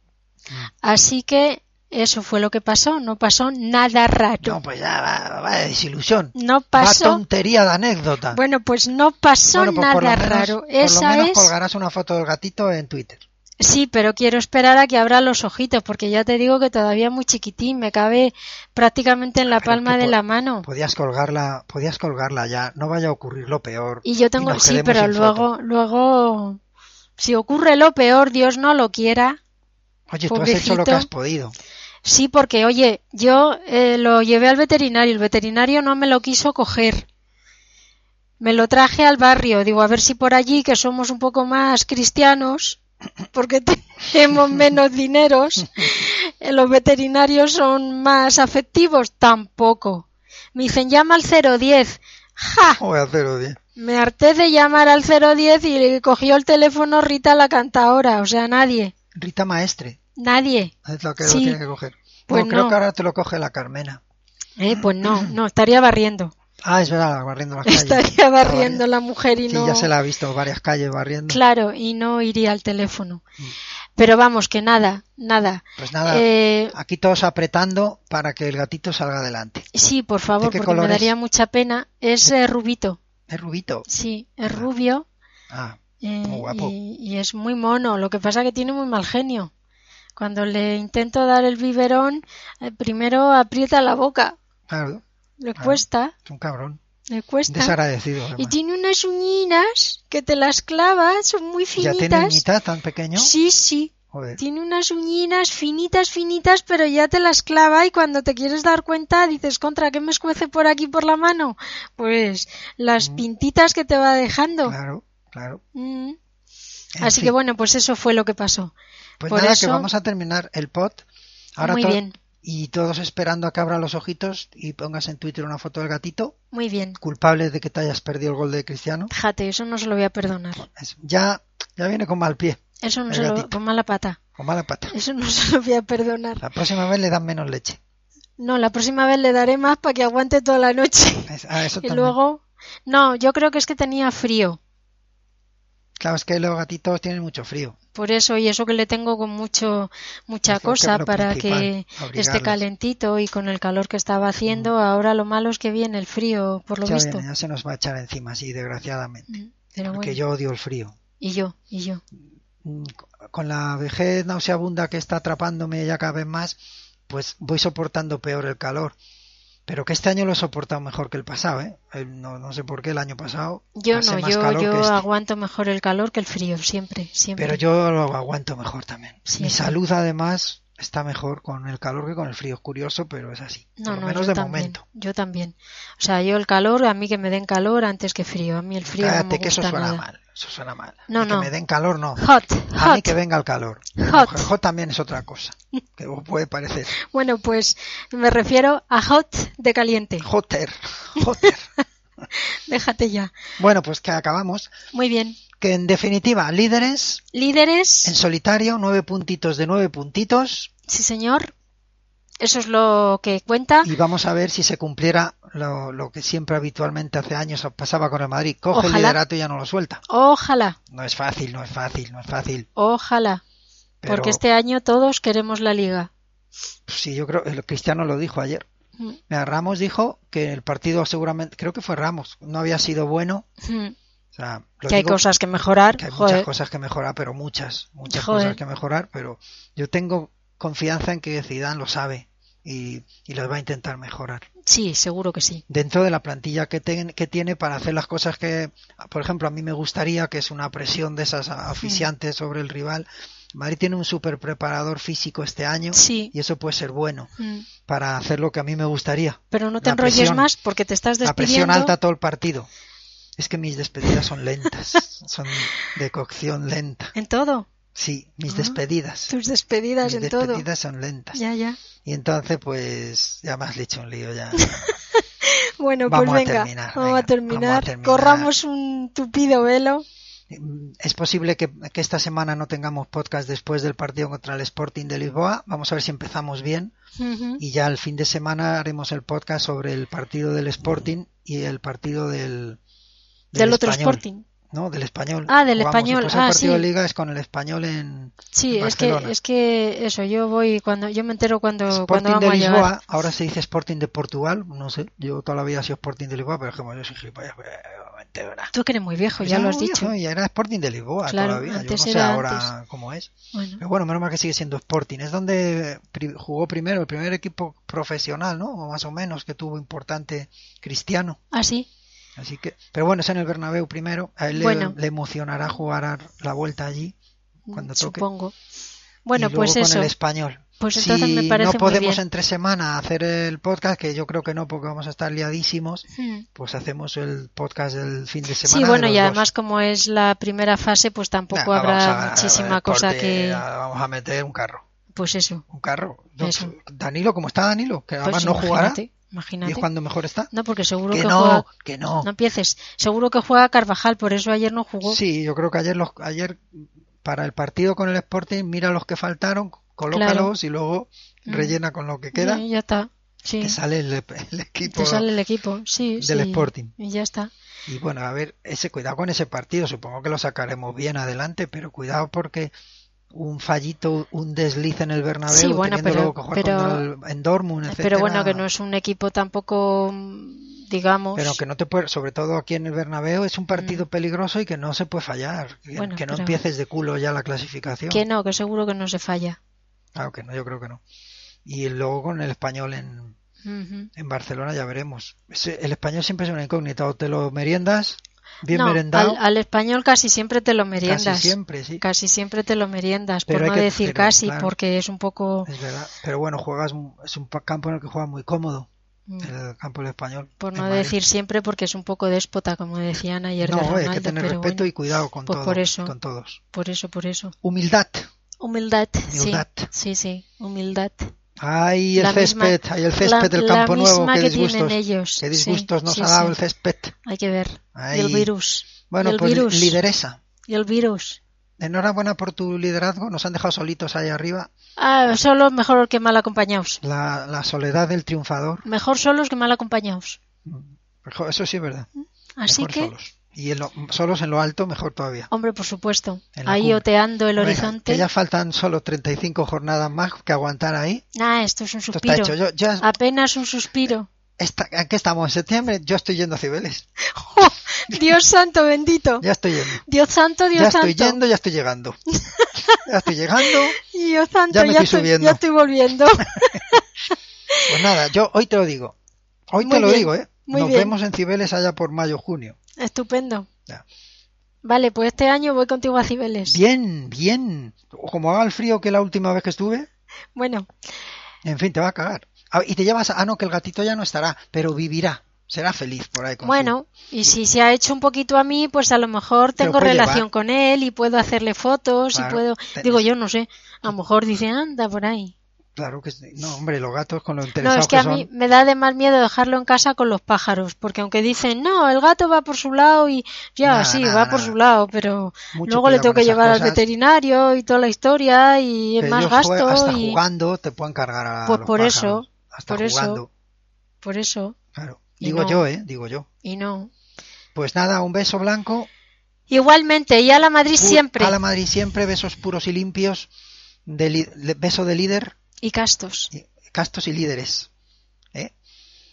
Speaker 3: Así que eso fue lo que pasó, no pasó nada
Speaker 2: No,
Speaker 3: raro.
Speaker 2: pues ya, va, va de desilusión.
Speaker 3: No
Speaker 2: Va
Speaker 3: pasó.
Speaker 2: tontería de anécdota.
Speaker 3: Bueno, pues no pasó
Speaker 2: Bueno, pues por
Speaker 3: nada
Speaker 2: lo menos-
Speaker 3: raro.
Speaker 2: Por lo
Speaker 3: Esa
Speaker 2: menos
Speaker 3: es.
Speaker 2: colgarás una foto del gatito en Twitter.
Speaker 3: Sí, pero quiero esperar a que abra los ojitos, porque ya te digo que todavía es muy chiquitín, me cabe prácticamente en la
Speaker 2: Ah, Pero es que pues,
Speaker 3: palma de
Speaker 2: po-
Speaker 3: la mano.
Speaker 2: Podías colgarla, podías colgarla ya. No vaya a ocurrir lo peor.
Speaker 3: Y yo tengo,
Speaker 2: nos
Speaker 3: sí,
Speaker 2: quedemos
Speaker 3: pero
Speaker 2: sin foto.
Speaker 3: luego, luego, si ocurre lo peor, Dios no lo quiera.
Speaker 2: Oye, tú has hecho lo que
Speaker 3: pobrecito.
Speaker 2: has podido.
Speaker 3: Sí, porque oye, yo eh, lo llevé al veterinario, el veterinario no me lo quiso coger. me lo traje al barrio. Digo, a ver si por allí, que somos un poco más cristianos, porque tenemos menos dineros, eh, los veterinarios son más afectivos. Tampoco. Me dicen, llama al 010. ¡Ja!
Speaker 2: Voy a hacer odio.
Speaker 3: Me harté de llamar al 010 y cogió el teléfono Rita la cantadora. O sea, nadie.
Speaker 2: Rita Maestre,
Speaker 3: Nadie.
Speaker 2: es la que lo
Speaker 3: Sí.
Speaker 2: tiene que coger.
Speaker 3: Pues
Speaker 2: no, creo
Speaker 3: no.
Speaker 2: que ahora te lo coge la Carmena.
Speaker 3: Eh, pues no, no, estaría barriendo.
Speaker 2: Ah, es verdad, barriendo las calles.
Speaker 3: Estaría barriendo
Speaker 2: Barri-
Speaker 3: la mujer y
Speaker 2: Sí,
Speaker 3: no.
Speaker 2: ya se la ha visto varias calles barriendo.
Speaker 3: Claro, y no iría al teléfono.
Speaker 2: Mm.
Speaker 3: Pero vamos, que nada, nada.
Speaker 2: Pues nada,
Speaker 3: Eh,
Speaker 2: aquí todos apretando para que el gatito salga adelante.
Speaker 3: sí, por favor,
Speaker 2: qué
Speaker 3: porque
Speaker 2: color
Speaker 3: me
Speaker 2: es?
Speaker 3: daría mucha pena. Es eh, rubito,
Speaker 2: Es rubito.
Speaker 3: sí, es rubio
Speaker 2: Ah,
Speaker 3: eh,
Speaker 2: Muy guapo.
Speaker 3: y, y es muy mono. Lo que pasa que tiene muy mal genio. Cuando le intento dar el biberón, eh, primero aprieta la boca.
Speaker 2: claro,
Speaker 3: Le
Speaker 2: Ah.
Speaker 3: cuesta,
Speaker 2: es un cabrón.
Speaker 3: le cuesta.
Speaker 2: Desagradecido.
Speaker 3: Y
Speaker 2: además.
Speaker 3: tiene unas uñinas que te las clavas, son muy
Speaker 2: ¿Ya tiene
Speaker 3: finitas.
Speaker 2: mitad tan pequeño?
Speaker 3: Sí, sí.
Speaker 2: Joder.
Speaker 3: Tiene unas uñinas finitas, finitas, pero ya te las clava y cuando te quieres dar cuenta dices, contra, ¿qué me escuece por aquí por la mano? Pues las
Speaker 2: Mm.
Speaker 3: pintitas que te va dejando.
Speaker 2: Claro, claro.
Speaker 3: Mm.
Speaker 2: En
Speaker 3: Así que
Speaker 2: fin,
Speaker 3: bueno, pues eso fue lo que pasó.
Speaker 2: Pues
Speaker 3: por
Speaker 2: nada, que
Speaker 3: eso-
Speaker 2: vamos a terminar el pot. Ahora
Speaker 3: muy
Speaker 2: to-
Speaker 3: bien,
Speaker 2: Y todos esperando a que abra los ojitos y pongas en Twitter una foto del gatito.
Speaker 3: muy bien.
Speaker 2: Culpable de que te hayas perdido el gol de Cristiano.
Speaker 3: Fíjate, eso no se lo voy a perdonar.
Speaker 2: Es- Ya, ya viene con mal pie,
Speaker 3: Eso no
Speaker 2: El
Speaker 3: se lo...
Speaker 2: gatito.
Speaker 3: Con mala pata.
Speaker 2: con mala pata.
Speaker 3: Eso no se lo voy a perdonar.
Speaker 2: La próxima vez le dan menos leche.
Speaker 3: No, la próxima vez le daré más para que aguante toda la noche.
Speaker 2: Es- ah, eso
Speaker 3: Y
Speaker 2: también.
Speaker 3: luego... No, yo creo que es que tenía frío.
Speaker 2: Claro, es que los gatitos tienen mucho frío.
Speaker 3: Por eso, y eso que le tengo con mucho, mucha
Speaker 2: Es lo que-
Speaker 3: cosa
Speaker 2: lo
Speaker 3: para
Speaker 2: principal,
Speaker 3: que esté
Speaker 2: abrigarles.
Speaker 3: calentito y con el calor que estaba haciendo, ahora lo malo es que viene el frío, por lo
Speaker 2: ya,
Speaker 3: visto.
Speaker 2: viene, ya se nos va a echar encima, sí, desgraciadamente.
Speaker 3: Mm, Pero
Speaker 2: Porque
Speaker 3: bueno,
Speaker 2: yo odio el frío.
Speaker 3: y yo, y yo.
Speaker 2: Mm, Con la vejez nauseabunda que está atrapándome ya cada vez más, pues voy soportando peor el calor. Pero que este año lo he soportado mejor que el pasado, ¿eh? El- No, no sé por qué el año pasado
Speaker 3: Yo
Speaker 2: hace
Speaker 3: no,
Speaker 2: más
Speaker 3: yo,
Speaker 2: calor
Speaker 3: yo
Speaker 2: que este.
Speaker 3: aguanto mejor el calor que el frío, siempre, siempre.
Speaker 2: Pero yo lo aguanto mejor también.
Speaker 3: Sí,
Speaker 2: Mi
Speaker 3: sí.
Speaker 2: salud, además, está mejor con el calor que con el frío. Es curioso, pero es así.
Speaker 3: no,
Speaker 2: Por lo
Speaker 3: no,
Speaker 2: menos
Speaker 3: yo
Speaker 2: de
Speaker 3: también,
Speaker 2: momento.
Speaker 3: yo también. O sea, yo el calor, a mí que me den calor antes que frío, a mí el frío no me
Speaker 2: Cállate, que eso
Speaker 3: gusta
Speaker 2: suena
Speaker 3: nada.
Speaker 2: mal. Eso suena mal.
Speaker 3: No,
Speaker 2: Y que
Speaker 3: no.
Speaker 2: me den calor, no.
Speaker 3: Hot,
Speaker 2: A mí
Speaker 3: hot.
Speaker 2: que venga el calor.
Speaker 3: Hot.
Speaker 2: Ojo, hot también es otra cosa. Que os puede parecer.
Speaker 3: Bueno, pues me refiero a hot de caliente.
Speaker 2: Hotter. Hotter.
Speaker 3: Déjate ya.
Speaker 2: bueno, pues que acabamos.
Speaker 3: Muy bien.
Speaker 2: Que en definitiva, líderes
Speaker 3: Líderes.
Speaker 2: en solitario, nueve puntitos de nueve puntitos.
Speaker 3: Sí, señor. Eso es lo que cuenta.
Speaker 2: Y vamos a ver si se cumpliera lo, lo que siempre habitualmente hace años pasaba con el Madrid. Coge el
Speaker 3: Ojalá.
Speaker 2: liderato y ya no lo suelta.
Speaker 3: Ojalá,
Speaker 2: No es fácil, no es fácil, no es fácil.
Speaker 3: ojalá.
Speaker 2: Pero
Speaker 3: Porque este año todos queremos la liga.
Speaker 2: Pues sí, yo creo, el Cristiano lo dijo ayer.
Speaker 3: Mm,
Speaker 2: Mira, Ramos dijo que el partido seguramente, creo que fue Ramos, no había sido bueno.
Speaker 3: mm.
Speaker 2: O sea, lo
Speaker 3: Que hay
Speaker 2: digo,
Speaker 3: cosas que mejorar.
Speaker 2: que hay
Speaker 3: Joder.
Speaker 2: muchas cosas que mejorar, pero muchas, muchas
Speaker 3: Joder.
Speaker 2: cosas que mejorar, pero yo tengo confianza en que Zidane lo sabe y, y las va a intentar mejorar.
Speaker 3: Sí, seguro que sí.
Speaker 2: Dentro de la plantilla que, ten- que tiene para hacer las cosas que, por ejemplo, a mí me gustaría, que es una presión de esas
Speaker 3: Mm.
Speaker 2: aficiantes sobre el rival. Madrid tiene un super preparador físico este año
Speaker 3: Sí.
Speaker 2: y eso puede ser bueno
Speaker 3: Mm.
Speaker 2: para hacer lo que a mí me gustaría.
Speaker 3: Pero no te
Speaker 2: La
Speaker 3: enrolles
Speaker 2: presión.
Speaker 3: más porque te estás
Speaker 2: La presión
Speaker 3: despidiendo.
Speaker 2: alta todo el partido. Es que mis despedidas son lentas, son de cocción lenta.
Speaker 3: En todo.
Speaker 2: Sí, mis
Speaker 3: Ah,
Speaker 2: despedidas.
Speaker 3: Tus despedidas,
Speaker 2: Mis
Speaker 3: en
Speaker 2: despedidas son lentas.
Speaker 3: todo. Ya, ya.
Speaker 2: Y entonces, pues, ya me has hecho un lío ya.
Speaker 3: Bueno,
Speaker 2: Vamos a
Speaker 3: pues venga,
Speaker 2: terminar,
Speaker 3: vamos,
Speaker 2: venga,
Speaker 3: a terminar.
Speaker 2: vamos a terminar.
Speaker 3: Corramos un tupido velo.
Speaker 2: Mm, Es posible que, que esta semana no tengamos podcast después del partido contra el Sporting de Lisboa. Vamos a ver si empezamos bien.
Speaker 3: Ujú.
Speaker 2: Y ya el fin de semana haremos el podcast sobre el partido del Sporting y el partido del...
Speaker 3: Del, otro
Speaker 2: español,
Speaker 3: Sporting.
Speaker 2: No, del español.
Speaker 3: Ah, del
Speaker 2: Jugamos el
Speaker 3: Español,
Speaker 2: próximo
Speaker 3: ah,
Speaker 2: partido
Speaker 3: sí.
Speaker 2: de liga es con el español en,
Speaker 3: Sí,
Speaker 2: en
Speaker 3: es que,
Speaker 2: Barcelona.
Speaker 3: es que eso, yo voy cuando, yo me entero cuando, cuando
Speaker 2: Sporting
Speaker 3: vamos
Speaker 2: de
Speaker 3: a llegar.
Speaker 2: Lisboa, ahora se dice Sporting de Portugal, no sé, yo toda la vida he sido Sporting de Lisboa, pero es que como yo soy gilipollas, pues, me entero nada.
Speaker 3: Tú que eres muy viejo, Pues ya
Speaker 2: Yo
Speaker 3: lo has
Speaker 2: no,
Speaker 3: dicho.
Speaker 2: yo, ya era Sporting de Lisboa
Speaker 3: Claro,
Speaker 2: todavía, yo no
Speaker 3: antes
Speaker 2: sé
Speaker 3: era
Speaker 2: ahora cómo es.
Speaker 3: Bueno,
Speaker 2: Pero bueno, menos mal que sigue siendo Sporting, es donde pri- jugó primero, el primer equipo profesional, ¿no? O más o menos, que tuvo importante Cristiano.
Speaker 3: así.
Speaker 2: Así que, pero bueno, es en el Bernabéu primero, a él le-
Speaker 3: Bueno.
Speaker 2: le, emocionará jugar a la vuelta allí cuando toque.
Speaker 3: supongo. Bueno,
Speaker 2: y luego
Speaker 3: pues
Speaker 2: con
Speaker 3: eso.
Speaker 2: el español.
Speaker 3: Pues
Speaker 2: si
Speaker 3: entonces me parece
Speaker 2: no
Speaker 3: muy
Speaker 2: podemos
Speaker 3: bien.
Speaker 2: entre semana hacer el podcast, que yo creo que no, porque vamos a estar liadísimos,
Speaker 3: Hmm.
Speaker 2: pues hacemos el podcast del fin de semana.
Speaker 3: Sí,
Speaker 2: de
Speaker 3: bueno,
Speaker 2: los
Speaker 3: y
Speaker 2: dos.
Speaker 3: además como es la primera fase, pues tampoco
Speaker 2: Nah, vamos
Speaker 3: habrá
Speaker 2: a-
Speaker 3: muchísima
Speaker 2: el
Speaker 3: cosa
Speaker 2: corte,
Speaker 3: que...
Speaker 2: ah, Vamos a meter un carro.
Speaker 3: Pues eso.
Speaker 2: Un carro. No,
Speaker 3: Eso.
Speaker 2: Danilo, ¿cómo está Danilo? Que además
Speaker 3: Pues
Speaker 2: no jugará.
Speaker 3: imagínate,
Speaker 2: ¿Y
Speaker 3: imagínate.
Speaker 2: es cuando mejor está?
Speaker 3: No, porque seguro
Speaker 2: que,
Speaker 3: que,
Speaker 2: no,
Speaker 3: juega...
Speaker 2: que no,
Speaker 3: No empieces. Seguro que juega Carvajal, por eso ayer no jugó.
Speaker 2: Sí, yo creo que ayer, los, ayer para el partido con el Sporting, mira los que faltaron, colócalos y luego
Speaker 3: Mm.
Speaker 2: rellena con lo que queda.
Speaker 3: Y ya está. Sí.
Speaker 2: Te sale el, el equipo
Speaker 3: Te sale el equipo. Sí,
Speaker 2: del
Speaker 3: sí.
Speaker 2: Sporting.
Speaker 3: Y ya está.
Speaker 2: Y bueno, a ver, ese cuidado con ese partido, supongo que lo sacaremos bien adelante, pero cuidado porque un fallito, un desliz en el Bernabéu,
Speaker 3: Sí, bueno,
Speaker 2: teniendo
Speaker 3: pero-
Speaker 2: luego que jugar
Speaker 3: pero- eh,
Speaker 2: contra el- en Dortmund,
Speaker 3: Pero bueno,
Speaker 2: etcétera,
Speaker 3: que no es un equipo tampoco, mm, digamos...
Speaker 2: pero que no te puede, sobre todo aquí en el Bernabéu, es un partido peligroso y que no se puede fallar, que,
Speaker 3: Mm. Bueno,
Speaker 2: que no
Speaker 3: pero-
Speaker 2: empieces de culo ya la clasificación.
Speaker 3: que no, que seguro que no se falla.
Speaker 2: Claro que no, yo creo que no. Y luego con el español en,
Speaker 3: Ujú.
Speaker 2: en Barcelona ya veremos. Ese- el español siempre es una incógnita, o te lo meriendas, bien
Speaker 3: No,
Speaker 2: merendado,
Speaker 3: al, al español casi siempre te lo meriendas.
Speaker 2: casi siempre, sí.
Speaker 3: Casi siempre te lo meriendas,
Speaker 2: Pero
Speaker 3: por
Speaker 2: hay
Speaker 3: no
Speaker 2: que-
Speaker 3: decir
Speaker 2: pero,
Speaker 3: casi,
Speaker 2: claro. Eh,
Speaker 3: porque es un poco...
Speaker 2: Es verdad, pero bueno, juegas mu- es un pa- campo en el que juegas muy cómodo,
Speaker 3: mm,
Speaker 2: el campo del español.
Speaker 3: Por
Speaker 2: en
Speaker 3: no
Speaker 2: Madrid.
Speaker 3: decir siempre, porque es un poco déspota, como decían ayer
Speaker 2: No,
Speaker 3: de
Speaker 2: hay que
Speaker 3: Ronaldo,
Speaker 2: tener
Speaker 3: pero
Speaker 2: respeto
Speaker 3: bueno,
Speaker 2: y cuidado con
Speaker 3: pues
Speaker 2: todo,
Speaker 3: por eso.
Speaker 2: con todos.
Speaker 3: por eso, por eso.
Speaker 2: Humildad.
Speaker 3: Humildad, sí.
Speaker 2: Humildad.
Speaker 3: Sí, sí, humildad.
Speaker 2: Ay, el
Speaker 3: La misma-
Speaker 2: césped, ay, el césped
Speaker 3: la-
Speaker 2: del
Speaker 3: la
Speaker 2: campo nuevo,
Speaker 3: misma
Speaker 2: qué
Speaker 3: que tienen
Speaker 2: disgustos.
Speaker 3: ellos,
Speaker 2: Qué
Speaker 3: sí,
Speaker 2: disgustos nos
Speaker 3: sí,
Speaker 2: ha dado
Speaker 3: sí.
Speaker 2: el césped.
Speaker 3: Hay que ver. Y
Speaker 2: Ay.
Speaker 3: el virus. y
Speaker 2: Bueno,
Speaker 3: el
Speaker 2: pues
Speaker 3: virus.
Speaker 2: lideresa.
Speaker 3: Y el virus.
Speaker 2: Enhorabuena por tu liderazgo, nos han dejado solitos ahí arriba.
Speaker 3: Ah, solos mejor que mal acompañados.
Speaker 2: La, la soledad del triunfador,
Speaker 3: Mejor solos que mal acompañados.
Speaker 2: Mejor- eso sí es verdad.
Speaker 3: Así
Speaker 2: mejor
Speaker 3: que,
Speaker 2: solos. Y en lo- solos en lo alto, mejor todavía.
Speaker 3: hombre, por supuesto,
Speaker 2: En la
Speaker 3: ahí
Speaker 2: cumbre.
Speaker 3: oteando el
Speaker 2: Venga,
Speaker 3: horizonte.
Speaker 2: que ya faltan solo 35 jornadas más que aguantar ahí.
Speaker 3: Nah, Ah, esto es un
Speaker 2: Esto está
Speaker 3: suspiro.
Speaker 2: hecho. Yo, ya
Speaker 3: Apenas un suspiro.
Speaker 2: está, ¿En qué estamos? ¿En septiembre? Yo estoy yendo a Cibeles.
Speaker 3: Dios santo bendito.
Speaker 2: Ya estoy yendo.
Speaker 3: Dios santo, Dios
Speaker 2: ya
Speaker 3: santo.
Speaker 2: estoy yendo, ya estoy llegando. ya estoy llegando.
Speaker 3: Dios santo,
Speaker 2: Ya me estoy
Speaker 3: estoy,
Speaker 2: subiendo.
Speaker 3: ya estoy volviendo.
Speaker 2: Pues nada, yo hoy te lo digo. Hoy
Speaker 3: Muy
Speaker 2: te lo
Speaker 3: bien,
Speaker 2: digo, ¿eh?
Speaker 3: muy
Speaker 2: Nos
Speaker 3: bien.
Speaker 2: vemos en Cibeles allá por mayo, junio.
Speaker 3: Estupendo.
Speaker 2: Ya.
Speaker 3: Vale, pues este año voy contigo a Cibeles.
Speaker 2: Bien, bien. Como haga el frío que la última vez que estuve,
Speaker 3: Bueno,
Speaker 2: en fin, te va a cagar. Ah, Y te llevas. a- Ah, no, que el gatito ya no estará, pero vivirá. Será feliz por ahí con su-
Speaker 3: bueno, y si se ha hecho un poquito a mí, pues a lo mejor
Speaker 2: Te lo
Speaker 3: tengo
Speaker 2: puede
Speaker 3: relación
Speaker 2: llevar.
Speaker 3: con él y puedo hacerle fotos
Speaker 2: Claro,
Speaker 3: y puedo...
Speaker 2: tenés-
Speaker 3: Digo, yo no sé, a lo mejor dice, anda por ahí.
Speaker 2: Claro que sí. No, hombre, los gatos con lo
Speaker 3: No,
Speaker 2: interesados
Speaker 3: es que, a
Speaker 2: son.
Speaker 3: mí me da de más miedo dejarlo en casa con los pájaros, porque aunque dicen, no, el gato va por su lado y ya,
Speaker 2: Nada,
Speaker 3: sí,
Speaker 2: nada,
Speaker 3: va por
Speaker 2: nada.
Speaker 3: su lado, pero
Speaker 2: Mucho
Speaker 3: luego le
Speaker 2: cuidado
Speaker 3: tengo
Speaker 2: con
Speaker 3: que
Speaker 2: esas
Speaker 3: llevar al
Speaker 2: cosas,
Speaker 3: veterinario y toda la historia y es
Speaker 2: que
Speaker 3: más
Speaker 2: ellos jue-
Speaker 3: gasto
Speaker 2: Hasta
Speaker 3: y
Speaker 2: jugando te pueden cargar a
Speaker 3: Pues
Speaker 2: los
Speaker 3: por eso,
Speaker 2: pájaros. Hasta
Speaker 3: por eso.
Speaker 2: jugando.
Speaker 3: por eso,
Speaker 2: Claro.
Speaker 3: Y
Speaker 2: Digo
Speaker 3: no.
Speaker 2: yo, ¿eh? Digo yo.
Speaker 3: y no.
Speaker 2: Pues nada, un beso blanco.
Speaker 3: Igualmente, y a la Madrid
Speaker 2: Pu-
Speaker 3: siempre,
Speaker 2: A la Madrid siempre, besos puros y limpios. De li- le- beso de líder,
Speaker 3: y castos.
Speaker 2: y- castos y líderes. ¿eh?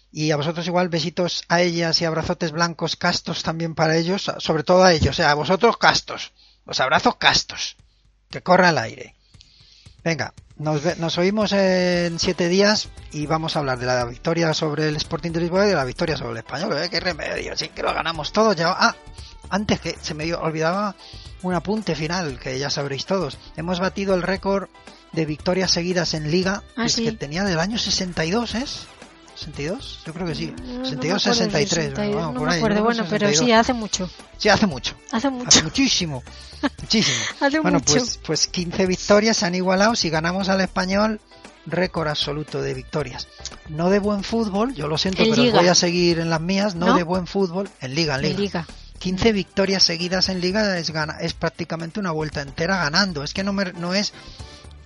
Speaker 2: Y a vosotros igual, besitos a ellas y abrazotes blancos, castos también para ellos, sobre todo a ellos, o sea, a vosotros castos. Os abrazos castos. Que corra el aire. Venga, nos, ve- nos oímos en siete días y vamos a hablar de la victoria sobre el Sporting de Lisboa y de la victoria sobre el Español. ¿eh? ¡Qué remedio! Sí, que lo ganamos todos ya. Ah, antes que se me olvidaba un apunte final que ya sabréis todos. Hemos batido el récord de victorias seguidas en Liga
Speaker 3: Ah,
Speaker 2: que es
Speaker 3: sí.
Speaker 2: que tenía del año 62, ¿es? ¿62? Yo creo que sí.
Speaker 3: No, no me
Speaker 2: 62,
Speaker 3: acuerdo,
Speaker 2: 63.
Speaker 3: 62,
Speaker 2: bueno,
Speaker 3: no
Speaker 2: por
Speaker 3: me
Speaker 2: ahí,
Speaker 3: acuerdo,
Speaker 2: yo creo que
Speaker 3: bueno, pero sí,
Speaker 2: 62.
Speaker 3: hace mucho.
Speaker 2: Sí, hace mucho.
Speaker 3: Hace
Speaker 2: Hace
Speaker 3: mucho.
Speaker 2: muchísimo. Muchísimo.
Speaker 3: Hace
Speaker 2: Bueno,
Speaker 3: mucho.
Speaker 2: pues, pues 15 victorias se han igualado. Si ganamos al español, récord absoluto de victorias. No de buen fútbol, yo lo siento,
Speaker 3: En
Speaker 2: pero
Speaker 3: Liga.
Speaker 2: voy a seguir en las mías. No,
Speaker 3: ¿No?
Speaker 2: de buen fútbol, en liga, en
Speaker 3: De
Speaker 2: liga.
Speaker 3: liga.
Speaker 2: 15 victorias seguidas en liga es, gana- es prácticamente una vuelta entera ganando. Es que no, me- no es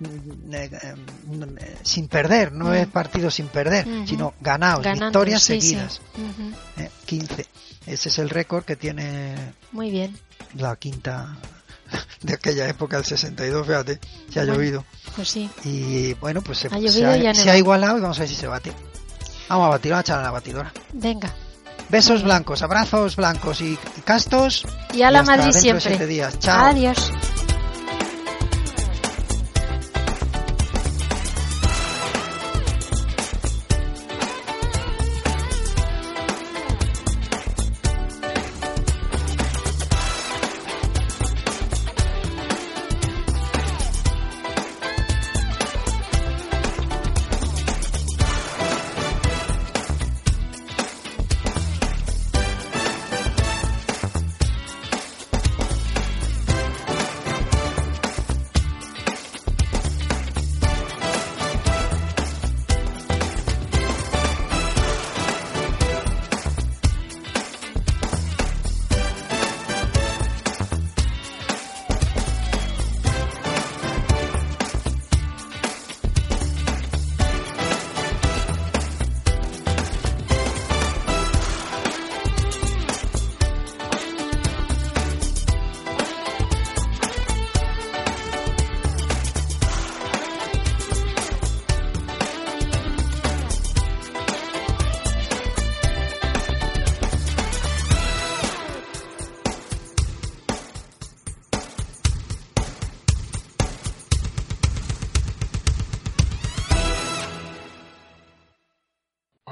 Speaker 2: mm, eh, eh, mm, eh, sin perder, no
Speaker 3: Mm.
Speaker 2: es partido sin perder,
Speaker 3: Ujú.
Speaker 2: sino ganados,
Speaker 3: Ganando,
Speaker 2: victorias
Speaker 3: sí, sí.
Speaker 2: seguidas.
Speaker 3: Ujú.
Speaker 2: eh, 15. Ese es el récord que tiene
Speaker 3: Muy bien.
Speaker 2: la quinta de aquella época del 62, fíjate, se ha
Speaker 3: Bueno.
Speaker 2: llovido.
Speaker 3: Pues sí.
Speaker 2: Y bueno, pues se,
Speaker 3: Ha
Speaker 2: se
Speaker 3: llovido y ha
Speaker 2: se
Speaker 3: nevado.
Speaker 2: ha igualado y vamos a ver si se bate. Vamos a batir, vamos a echar a la batidora.
Speaker 3: Venga.
Speaker 2: Besos blancos, abrazos blancos y y castos.
Speaker 3: Y a la
Speaker 2: hasta
Speaker 3: Madrid
Speaker 2: dentro de
Speaker 3: siempre.
Speaker 2: siete días. Chao.
Speaker 3: Adiós.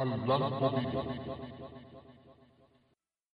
Speaker 1: Allah la vida.